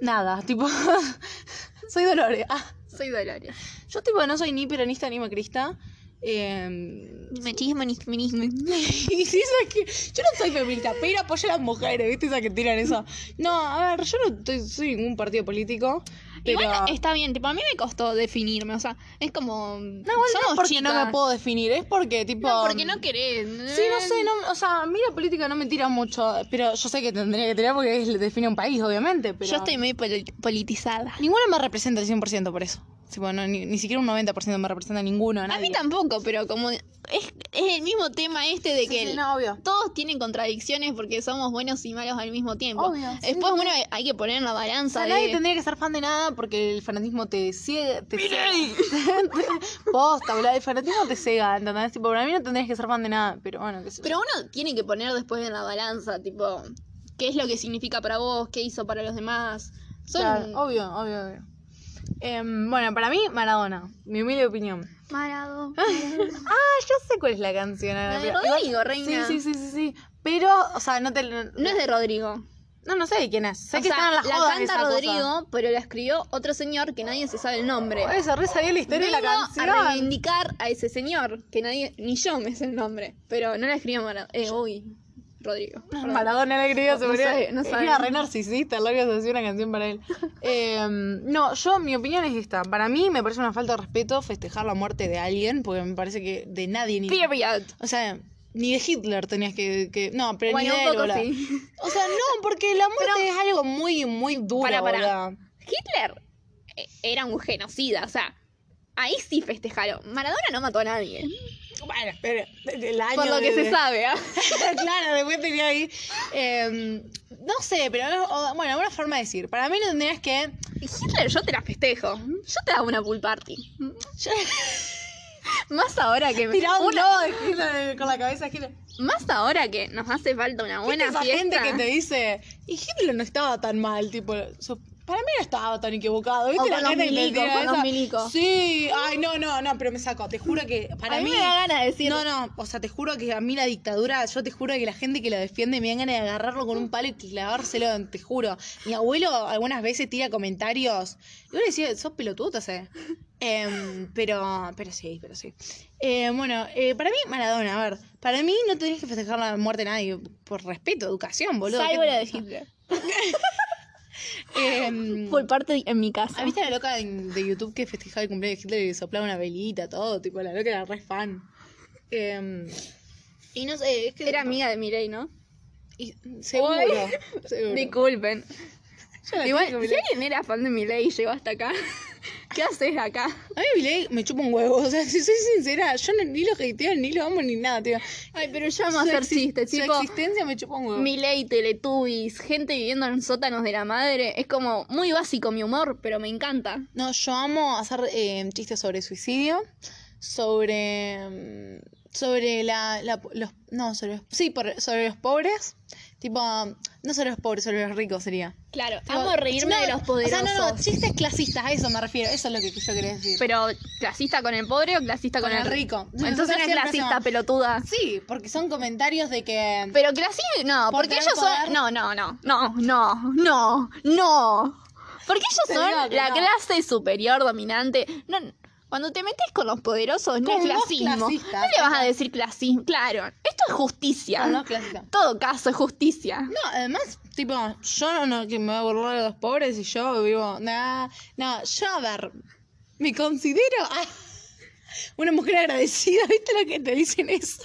nada, tipo, soy Dolores. Ah,
Soy Dolores.
yo tipo no soy ni peronista ni macrista. Eh,
Machismo, ni feminismo.
y si esas que yo no soy feminista, pero apoyo a las mujeres, ¿viste? Esas que tiran eso. No, a ver, yo no estoy- soy ningún partido político, pero...
Igual está bien, tipo, a mí me costó definirme, o sea, es como.
no, igual no es
somos
porque no
chicas.
me puedo definir, es porque tipo... mm,
No, porque no querés.
Sí, no sé, no, o sea, a mí la política no me tira mucho, pero yo sé que tendría que tirar porque es- define un país, obviamente, pero...
Yo estoy muy poli- politizada.
Ninguna me representa el 100% por eso. Tipo, no, ni, ni siquiera un 90% me representa ninguno.
A mí
nadie.
tampoco, pero como es, es el mismo tema este de
Sí,
que
sí,
el-
no, obvio.
todos tienen contradicciones porque somos buenos y malos al mismo tiempo.
Obvio, sí,
Después, bueno, hay que poner en la
O sea,
balanza
nadie
de-
tendría que ser fan de nada porque el fanatismo te ciega. Te ciega. Posta, boludo, el fanatismo te cega, ¿entendés? Tipo, para mí no tendrías que ser fan de nada, pero bueno, qué sé yo.
Pero uno tiene que poner después en la balanza, tipo, qué es lo que significa para vos, qué hizo para los demás. Son...
Claro, oh, obvio, obvio, obvio. Em, bueno, para mí, Maradona. Mi humilde opinión.
Marado.
Ah, yo sé cuál es la canción. ahora,
La de
pero-
Rodrigo,
Sí,
reina.
sí, sí, sí, sí. Pero, o sea, no te...
No
No,
es de Rodrigo.
no sé de quién es. Sé
O
que
sea,
están en las
la
jodas
canta
esa cosa.
Rodrigo, pero la escribió otro señor que nadie se sabe el nombre.
Por eso, re sabía la historia de la
Vengo
canción.
a reivindicar a ese señor, que nadie, ni yo me sé el nombre, pero no la escribió Maradona. Eh, uy, Rodrigo. perdón.
Maradona le quería
No sabe- no sabe.
Era re narcisista, lo que se hacía una canción para él. Eh, no, yo, mi opinión es esta. Para mí me parece una falta de respeto festejar la muerte de alguien, porque me parece que de nadie ni.
Period.
O sea, ni de Hitler tenías que. que- no, pero
Bueno,
ni de
un
él,
poco
boluda.
sí.
O sea, no, porque la muerte es algo muy, muy duro.
Pará, pará.
boluda.
Hitler eh, era un genocida, o sea, ahí sí festejaron. Maradona no mató a nadie,
Bueno, pero. El año
por lo que
de-
se sabe. ¿ah?
claro, después tenía ahí. eh, no sé, pero. no- o- bueno, una forma de decir. Para mí no tendrías que.
Hitler yo te la festejo, yo te hago una pool party.
Yo-
Más ahora que
Tirá un
una-
globo de Hitler con la cabeza de Hitler.
más ahora que nos hace falta una
¿Viste
buena
esa
fiesta.
gente que te dice, y Hitler no estaba tan mal, tipo, so- para mí no estaba tan equivocado. ¿Viste
O
la
con los
gente que te
milicos,
tira
con los
esa?
milicos.
Sí, ay, no, no, no, pero me sacó. Te juro que para
a mí, me da ganas de decir,
No, no, o sea, te juro que a mí la dictadura, yo te juro que la gente que la defiende me dan ganas de agarrarlo con un palo y clavárselo, te juro. Mi abuelo algunas veces tira comentarios y uno decía, sos pelotudo, te hace. Em, pero, pero sí, pero sí. Eh, bueno, eh, para mí, Maradona, a ver, para mí no tenés que festejar la muerte de nadie, por respeto, educación, boludo.
salvo
¿qué
la de
pasa?
Hitler.
Em,
Por parte de- en mi casa.
¿ah, ¿Viste a la loca en- de YouTube que festejaba el cumpleaños de Hitler y le soplaba una velita, todo? Tipo, la loca era re fan. Em, y no sé, es que
Era amiga de Mirei, ¿no?
Y- mm, seguro. seguro.
Disculpen.
Yo la
Igual, si
tengo, Milei.
alguien era fan de Milei y llegó hasta acá, ¿qué haces acá?
A mí Milei me chupa un huevo. O sea, si soy sincera, yo no- ni lo hateo, ni lo amo, ni nada, tío.
Ay, pero ya vamos a
Su
hacer
exi-
chistes,
Su
tipo,
existencia me chupa un huevo.
Milei, Teletubbies, gente viviendo en sótanos de la madre. Es como muy básico mi humor, pero me encanta.
No, yo amo hacer eh, chistes sobre suicidio, sobre. mm, sobre la. la- los, no, sobre los. Sí, por- sobre los pobres. Tipo, no sobre los pobres, sobre los ricos sería.
Claro,
Tipo,
amo reírme
no,
de los poderosos.
O sea, no, no, chistes clasistas, a eso me refiero, eso es lo que yo quería decir.
Pero, ¿clasista con el pobre o clasista con,
Con el rico.
Entonces
Nosotras
no es
siempre
clasista,
hacemos-
pelotuda.
Sí, porque son comentarios de que.
Pero clasista, no,
Por
porque
tener
ellos
poder.
son... No, no, no, no, no, no, no. Porque
Te
ellos
digo
son
que
la
no.
clase superior, dominante. No, cuando te metes con los poderosos, no
Con
es
los
clasismo. No
clasistas,
le vas
ajá.
a decir clasismo. Claro, esto es justicia.
No, no, clasista.
Todo caso es justicia.
No, además, tipo, yo no, no que me voy a burlar de los pobres y yo vivo. Nah, no, yo a ver, me considero ah, una mujer agradecida, ¿viste lo que te dicen eso?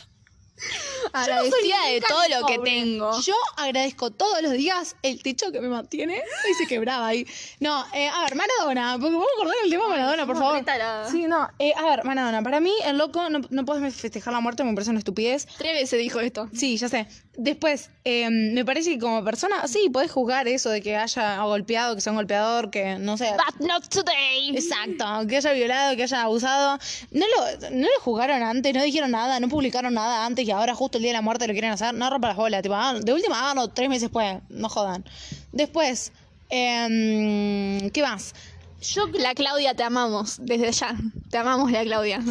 Agradecida de
nunca
todo
ni
lo que
pobre.
tengo.
Yo agradezco todos los días el techo que me mantiene. Y se quebraba ahí. No, eh, a ver, Maradona, porque vamos a acordar el tema Maradona, por
somos
favor.
re taradas.
Sí, no, eh, a ver, Maradona, para mí el loco no, no puedes festejar la muerte, me parece una estupidez.
Tres veces dijo esto.
Sí, ya sé. Después, eh, me parece que como persona, sí, podés juzgar eso de que haya golpeado, que sea un golpeador, que no sé.
But not today.
Exacto, que haya violado, que haya abusado. No lo, no lo juzgaron antes, no dijeron nada, no publicaron nada antes y ahora justo el día de la muerte lo quieren hacer. No rompa las bolas, tipo, ah, de última, ah, no, tres meses después, no jodan. Después, em, ¿qué más?
Yo, la Claudia, te amamos desde ya. Te amamos, la Claudia.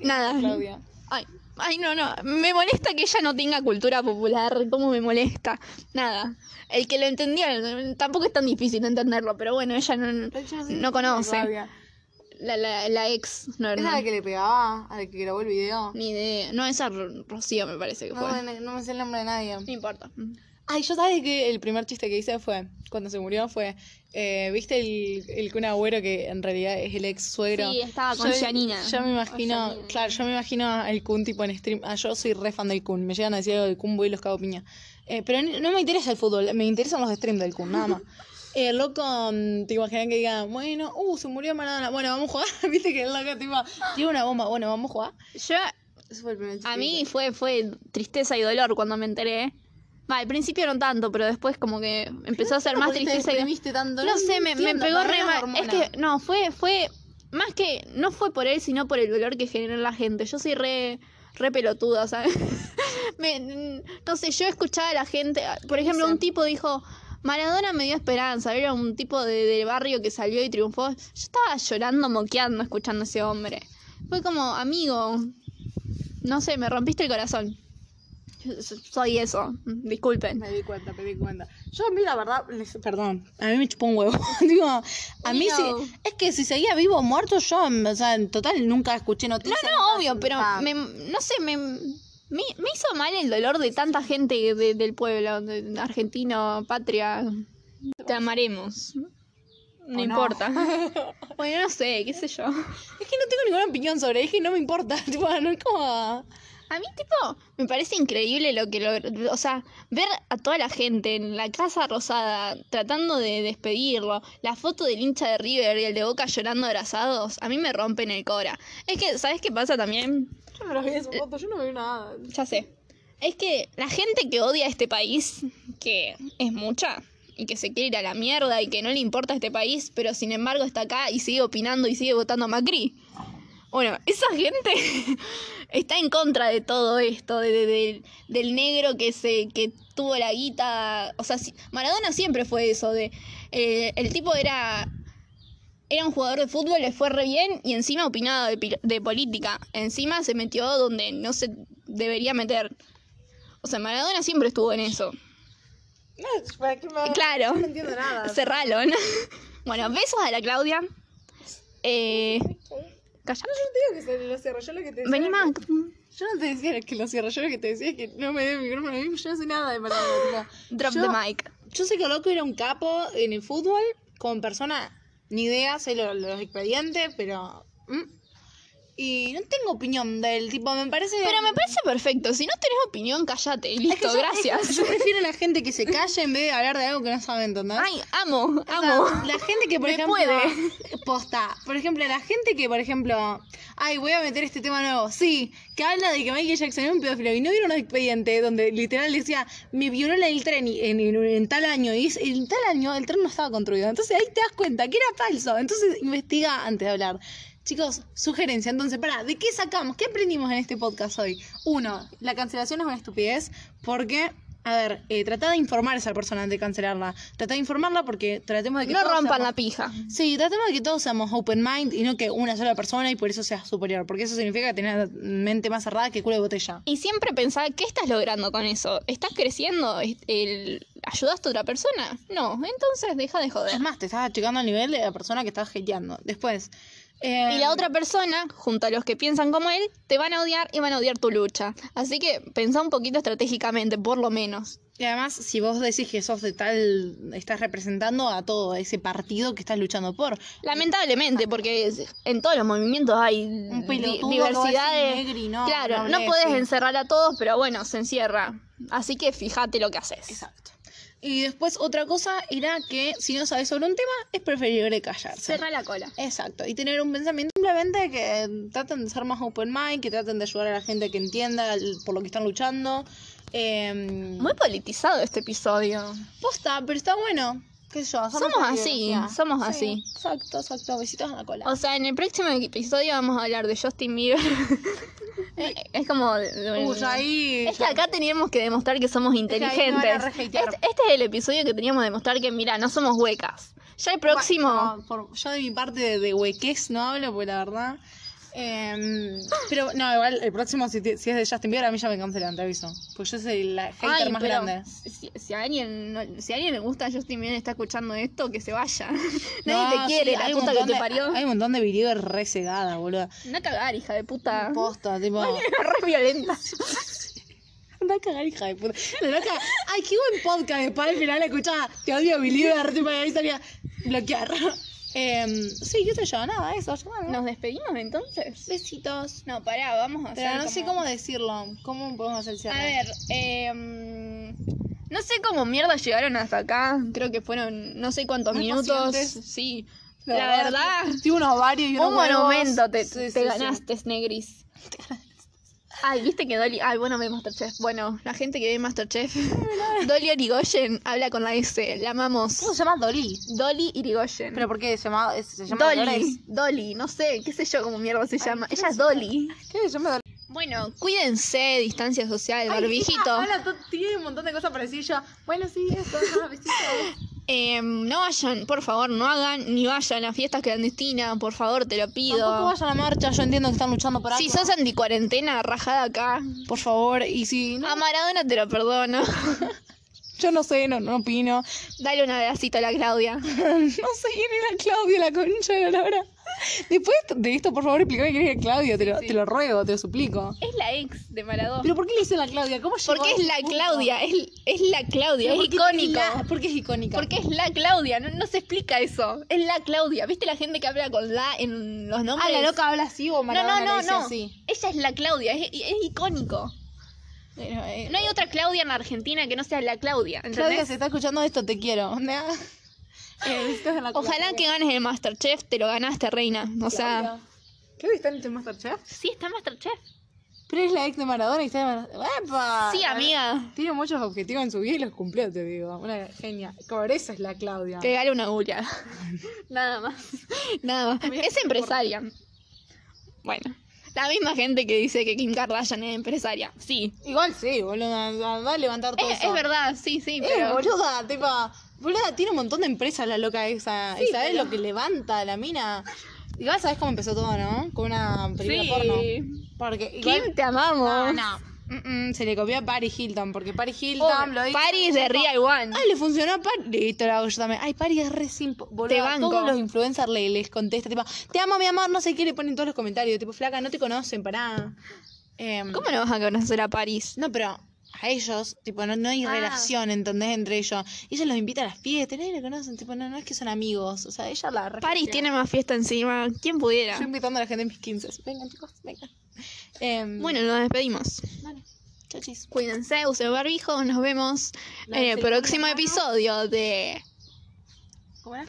Nada.
Claudia.
Ay, ay, no, no. Me molesta que ella no tenga cultura popular. ¿Cómo me molesta? Nada. El que lo entendía, tampoco es tan difícil entenderlo, pero bueno, ella no, no conoce. La, la, la ex, no, no.
que le pegaba, a la que grabó el video.
Ni idea. No, esa Ro- Rocío me parece que fue. No,
no me sé el nombre de nadie.
importa.
Ay, yo sabes que el primer chiste que hice fue, cuando se murió fue, eh, ¿viste el, el Kun Agüero que en realidad es el ex suegro?
Sí, estaba con
Yo-
Gianina.
Yo me
O
imagino,
Gianina.
claro, yo me imagino al Kun tipo en stream. Ah, yo soy re fan del Kun, me llegan a decir algo del Kun, voy y los cago piña. Eh, pero ni- no me interesa el fútbol, me interesan los streams del Kun, nada más. Eh, loco, mm, te imaginas que diga, bueno, uh, se murió Maradona, bueno, vamos a jugar. Viste que el loco, tipo, tiene una bomba, bueno, vamos a jugar.
Yo,
Ese fue el primer chiste
a
que
mí
hice.
fue, fue tristeza y dolor cuando me enteré. Va, al principio no tanto, pero después como que empezó a ser más
¿Por qué te
tristeza y
deprimiste tanto?
No sé, me, me
entiendo,
pegó
para mí
re
es
mal. Es
hormona.
que, no, fue, fue, más que, no fue por él, sino por el dolor que generó en la gente. Yo soy re, re pelotuda, ¿sabes? Me- no sé, yo escuchaba a la gente, por ejemplo, un tipo dijo, Maradona me dio esperanza, era un tipo de, del barrio que salió y triunfó. Yo estaba llorando, moqueando, escuchando a ese hombre. Fue como, amigo, no sé, me rompiste el corazón. Yo- yo- Soy eso, disculpen.
Me di cuenta, me di cuenta. Yo a mí la verdad, les- perdón, a mí me chupó un huevo. Digo, a mí sí,
Bueno.
es que si seguía vivo o muerto yo, o sea, en total nunca escuché
No,
noticias.
no, obvio, pero
Ah.
me- no sé, me, me, me hizo mal el dolor de tanta gente de- del pueblo, de- argentino, patria. Te amaremos. No
O no.
importa. bueno, no sé, qué sé yo. A
Es que no tengo ninguna opinión sobre, es que no me importa, tipo, no es como...
mí, tipo, me parece increíble lo que lo- O sea, ver a toda la gente en la Casa Rosada tratando de despedirlo, la foto del hincha de River y el de Boca llorando abrazados, a mí me rompen el cora. Es que, ¿sabes qué pasa también?
Yo me los vi en su foto, yo no veo nada.
Ya sé. Es que la gente que odia a este país, que es mucha, y que se quiere ir a la mierda y que no le importa este país, pero sin embargo está acá y sigue opinando y sigue votando a Macri. Bueno, esa gente está en contra de todo esto, de, de- del- del negro que se que tuvo la guita. O sea, si- Maradona siempre fue eso, de eh, el tipo era era un jugador de fútbol, le fue re bien y encima opinaba de, pil- de política. Encima se metió donde no se debería meter. O sea, Maradona siempre estuvo en eso.
No, ¿para qué me-
Claro.
No entiendo nada.
Cerralo, ¿no? Bueno, besos a la Claudia. Eh, calla.
Yo no te digo que se lo cierro, yo lo que te decía.
Vení,
era
Mac.
que- Yo no te decía que lo cierro, yo lo que te decía es que no me dé el micrófono a mí, yo no sé nada de Maradona. tipo,
Drop
yo,
the mic.
Yo sé que loco era un capo en el fútbol, como persona, ni idea, sé lo- los expedientes, pero. mm. Y no tengo opinión del tipo, me parece.
Pero me parece perfecto. Si no tenés opinión, cállate.
Es que
Listo,
yo-
gracias.
Yo prefiero la gente que se calla en vez de hablar de algo que no sabe, ¿entendés?
Ay, amo,
O sea,
amo.
La gente que, por
Me
ejemplo.
puede.
Posta. Por ejemplo, la gente que, por ejemplo. Ay, voy a meter este tema nuevo. Sí, que habla de que Michael Jackson era un pedófilo. Y no vieron un expediente donde literal decía, me violó en el tren y- en, en- en tal año. Y es- en tal año el tren no estaba construido. Entonces ahí te das cuenta que era falso. Entonces investiga antes de hablar. Chicos, sugerencia. Entonces, para, ¿de qué sacamos? ¿Qué aprendimos en este podcast hoy? Uno, la cancelación es una estupidez porque, a ver, eh, trata de informar a esa persona antes de cancelarla. Trata de informarla porque tratemos de que
No
todos
rompan
seamos-
la pija.
Sí, tratemos de que todos seamos open mind y no que una sola persona y por eso seas superior. Porque eso significa que tenés la mente más cerrada que culo de botella.
Y siempre pensaba, ¿qué estás logrando con eso? ¿Estás creciendo? ¿Es- el- ¿Ayudaste a otra persona? No, entonces deja de
Es
joder.
más, te estás achicando al nivel de la persona que estás hateando. Después. eh,
Y la otra persona, junto a los que piensan como él, te van a odiar y van a odiar tu lucha. Así que pensá un poquito estratégicamente, por lo menos.
Y además, si vos decís que sos de tal. estás representando a todo ese partido que estás luchando por.
Lamentablemente, porque es- en todos los movimientos hay
Ah. Un
di-
pelotudo
diversidad
que va a
de...
decir negri, no,
Mm, claro,
no
no
hablé,
podés
sí.
encerrar a todos, pero bueno, se encierra. Así que fíjate lo que haces.
Exacto. Y después, otra cosa era que si no sabes sobre un tema, es preferible callarse.
Cerra la cola.
Exacto, y tener un pensamiento simplemente que eh, traten de ser más open mind, que traten de ayudar a la gente que entienda el- por lo que están luchando. Eh,
Muy politizado este episodio.
posta, pero está bueno. ¿Qué sé yo?
Somos
una
así,
ideología.
somos así.
Exacto, exacto, besitos en la cola.
O sea, en el próximo episodio vamos a hablar de Justin Bieber. Eh, es como... de- de-
Uy, Uh, ahí.
Es que acá teníamos que demostrar que somos
que ahí me van a
inteligentes.
rehatear.
este, este es el episodio que teníamos que demostrar que, mira, no somos huecas. Ya el próximo...
No, Ah, por- yo de mi parte de, de hueques no hablo, porque la verdad. eh, pero no, igual el próximo, si, te- si es de Justin Bieber, a mí ya me cancelan, te aviso. Pues yo soy la hater
Ay,
más
pero
grande.
Si, si a alguien no- si a alguien le gusta Justin Bieber y está escuchando esto, que se vaya.
No,
Nadie te quiere,
sí,
la
hay un
puta que
montón
te
de-
parió.
Hay un montón de videos re cegadas, boludo.
Anda a cagar, hija de puta.
Posta, tipo. Anda
Re violenta.
a cagar, hija de puta. La loca, ay, qué buen podcast. Después al final la escuchaba, te odio, believer. Tipo, y ahí salía bloquear. Em, sí, qué sé yo, nada, eso. yo, nada.
¿Nos despedimos entonces?
Besitos.
No, pará, vamos a hacer.
Pero no sé
como-
cómo decirlo. ¿Cómo podemos hacer el cierre?
A ver, eh, mm, no sé cómo mierda llegaron hasta acá. Creo que fueron no sé cuántos
Muy
minutos.
pacientes.
Sí. La verdad,
Tiene unos varios y unos
un
huevos.
monumento te,
Sí,
te
sí, sí.
ganaste, Snegris. Ay, viste que Dolly. Ay, bueno, ve Masterchef. Bueno, la gente que ve Masterchef. Dolly Irigoyen habla con la S. La amamos.
¿Cómo se llama Dolly?
Dolly Irigoyen.
¿Pero por qué se llama, es- se llama Dolores?
Dolly. Dolly, no sé, qué sé yo cómo mierda se llama. Ella es Dolly.
¿Qué? Yo me Dolores.
Bueno, cuídense, distancia social,
Ay, ah,
barbijito.
mira, Ahora tú- tiene un montón de cosas para decir yo. Bueno, sí, eso, no, besitos.
Em, no vayan, por favor, no hagan ni vayan a fiestas clandestinas, por favor, te lo
Tampoco
pido.
vayan a la marcha, yo entiendo que están luchando por
Si
algo.
sos anticuarentena, rajada acá.
Por favor, y si no,
A Maradona te lo perdono.
yo no sé, no, no opino.
Dale un abracito a la Claudia.
no sé quién era Claudio, la concha de la lora. Después de esto, por favor, explícame quién era Claudio, te, lo,
sí.
te lo ruego, te lo suplico.
Es la ex de Maradona.
¿Pero por qué le dicen la Claudia? ¿Cómo llegó
Porque
a
es
ese
la
punto?
Claudia, es, es la Claudia,
Pero
es
porque
icónico.
la- ¿Por qué es icónica?
Porque es la Claudia, no, no se explica eso. Es la Claudia. ¿Viste la gente que habla con la en los nombres?
Ah, la loca habla así o
No,
Maradona
no, no,
le dice
no.
así.
Ella es la Claudia, es, es icónico.
Pero, eh,
No hay otra Claudia en Argentina que no sea la Claudia. ¿entendés?
Claudia, se está escuchando esto, te quiero. Eh, besitos en la
Ojalá
Claudia.
que ganes el Masterchef, te lo ganaste, reina. O sea,
Claudia. ¿Claudia está en el Masterchef?
sí, está en Masterchef.
Pero es la ex de Maradona y está de Maradona. ¡Epa!
Sí, amiga.
Tiene muchos objetivos en su vida y los cumplió, te digo. Una genia. Por eso es la Claudia.
Que gane una Julia. Nada más. Nada más. Es empresaria. Bueno. La misma gente que dice que Kim Kardashian es empresaria. Sí.
Igual sí, boluda. Va a levantar todo
Es,
eso.
es verdad, sí, sí,
Eh,
pero.
boluda, tipo. Boluda, tiene un montón de empresas la loca esa.
Sí,
¿Y sabes
pero-
lo que levanta la mina? Igual sabes cómo empezó todo, ¿no? Con una película porno.
sí.
Porque igual-
Kim, te amamos.
No, no. Mm, mm, se le copió a Paris Hilton, porque Paris Hilton
Oh,
lo dijo.
Paris de Real One.
Ah, le funcionó a Paris. Listo, lo hago yo también. Ay, Paris es re simple.
Te
Boluda,
banco.
todos los influencers le, les contesta, tipo, te amo, mi amor, no sé qué, le ponen todos los comentarios. Tipo, flaca, no te conocen, pará. Em,
¿Cómo no vas a conocer a Paris?
No, pero a ellos, tipo, no, no hay
Ah.
relación, ¿entendés? Entre ellos. Ella los invita a las fiestas, nadie la conocen, tipo, no, no es que son amigos. O sea, ella la re-
Paris tiene más fiesta encima. ¿Quién pudiera?
Estoy invitando a la gente en mis 15. Vengan, chicos, vengan. Em,
Bueno, nos despedimos.
Dale, chachis.
Cuídense, usen barbijo. Nos vemos
La
en el
serie
próximo
de Manu.
episodio de.
¿Cómo era?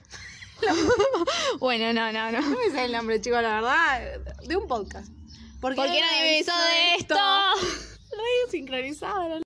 Bueno, no, no, no.
No me sale el nombre, chicos, la verdad, de un podcast.
¿Por qué nadie me hizo de esto?
Lo he sincronizado, la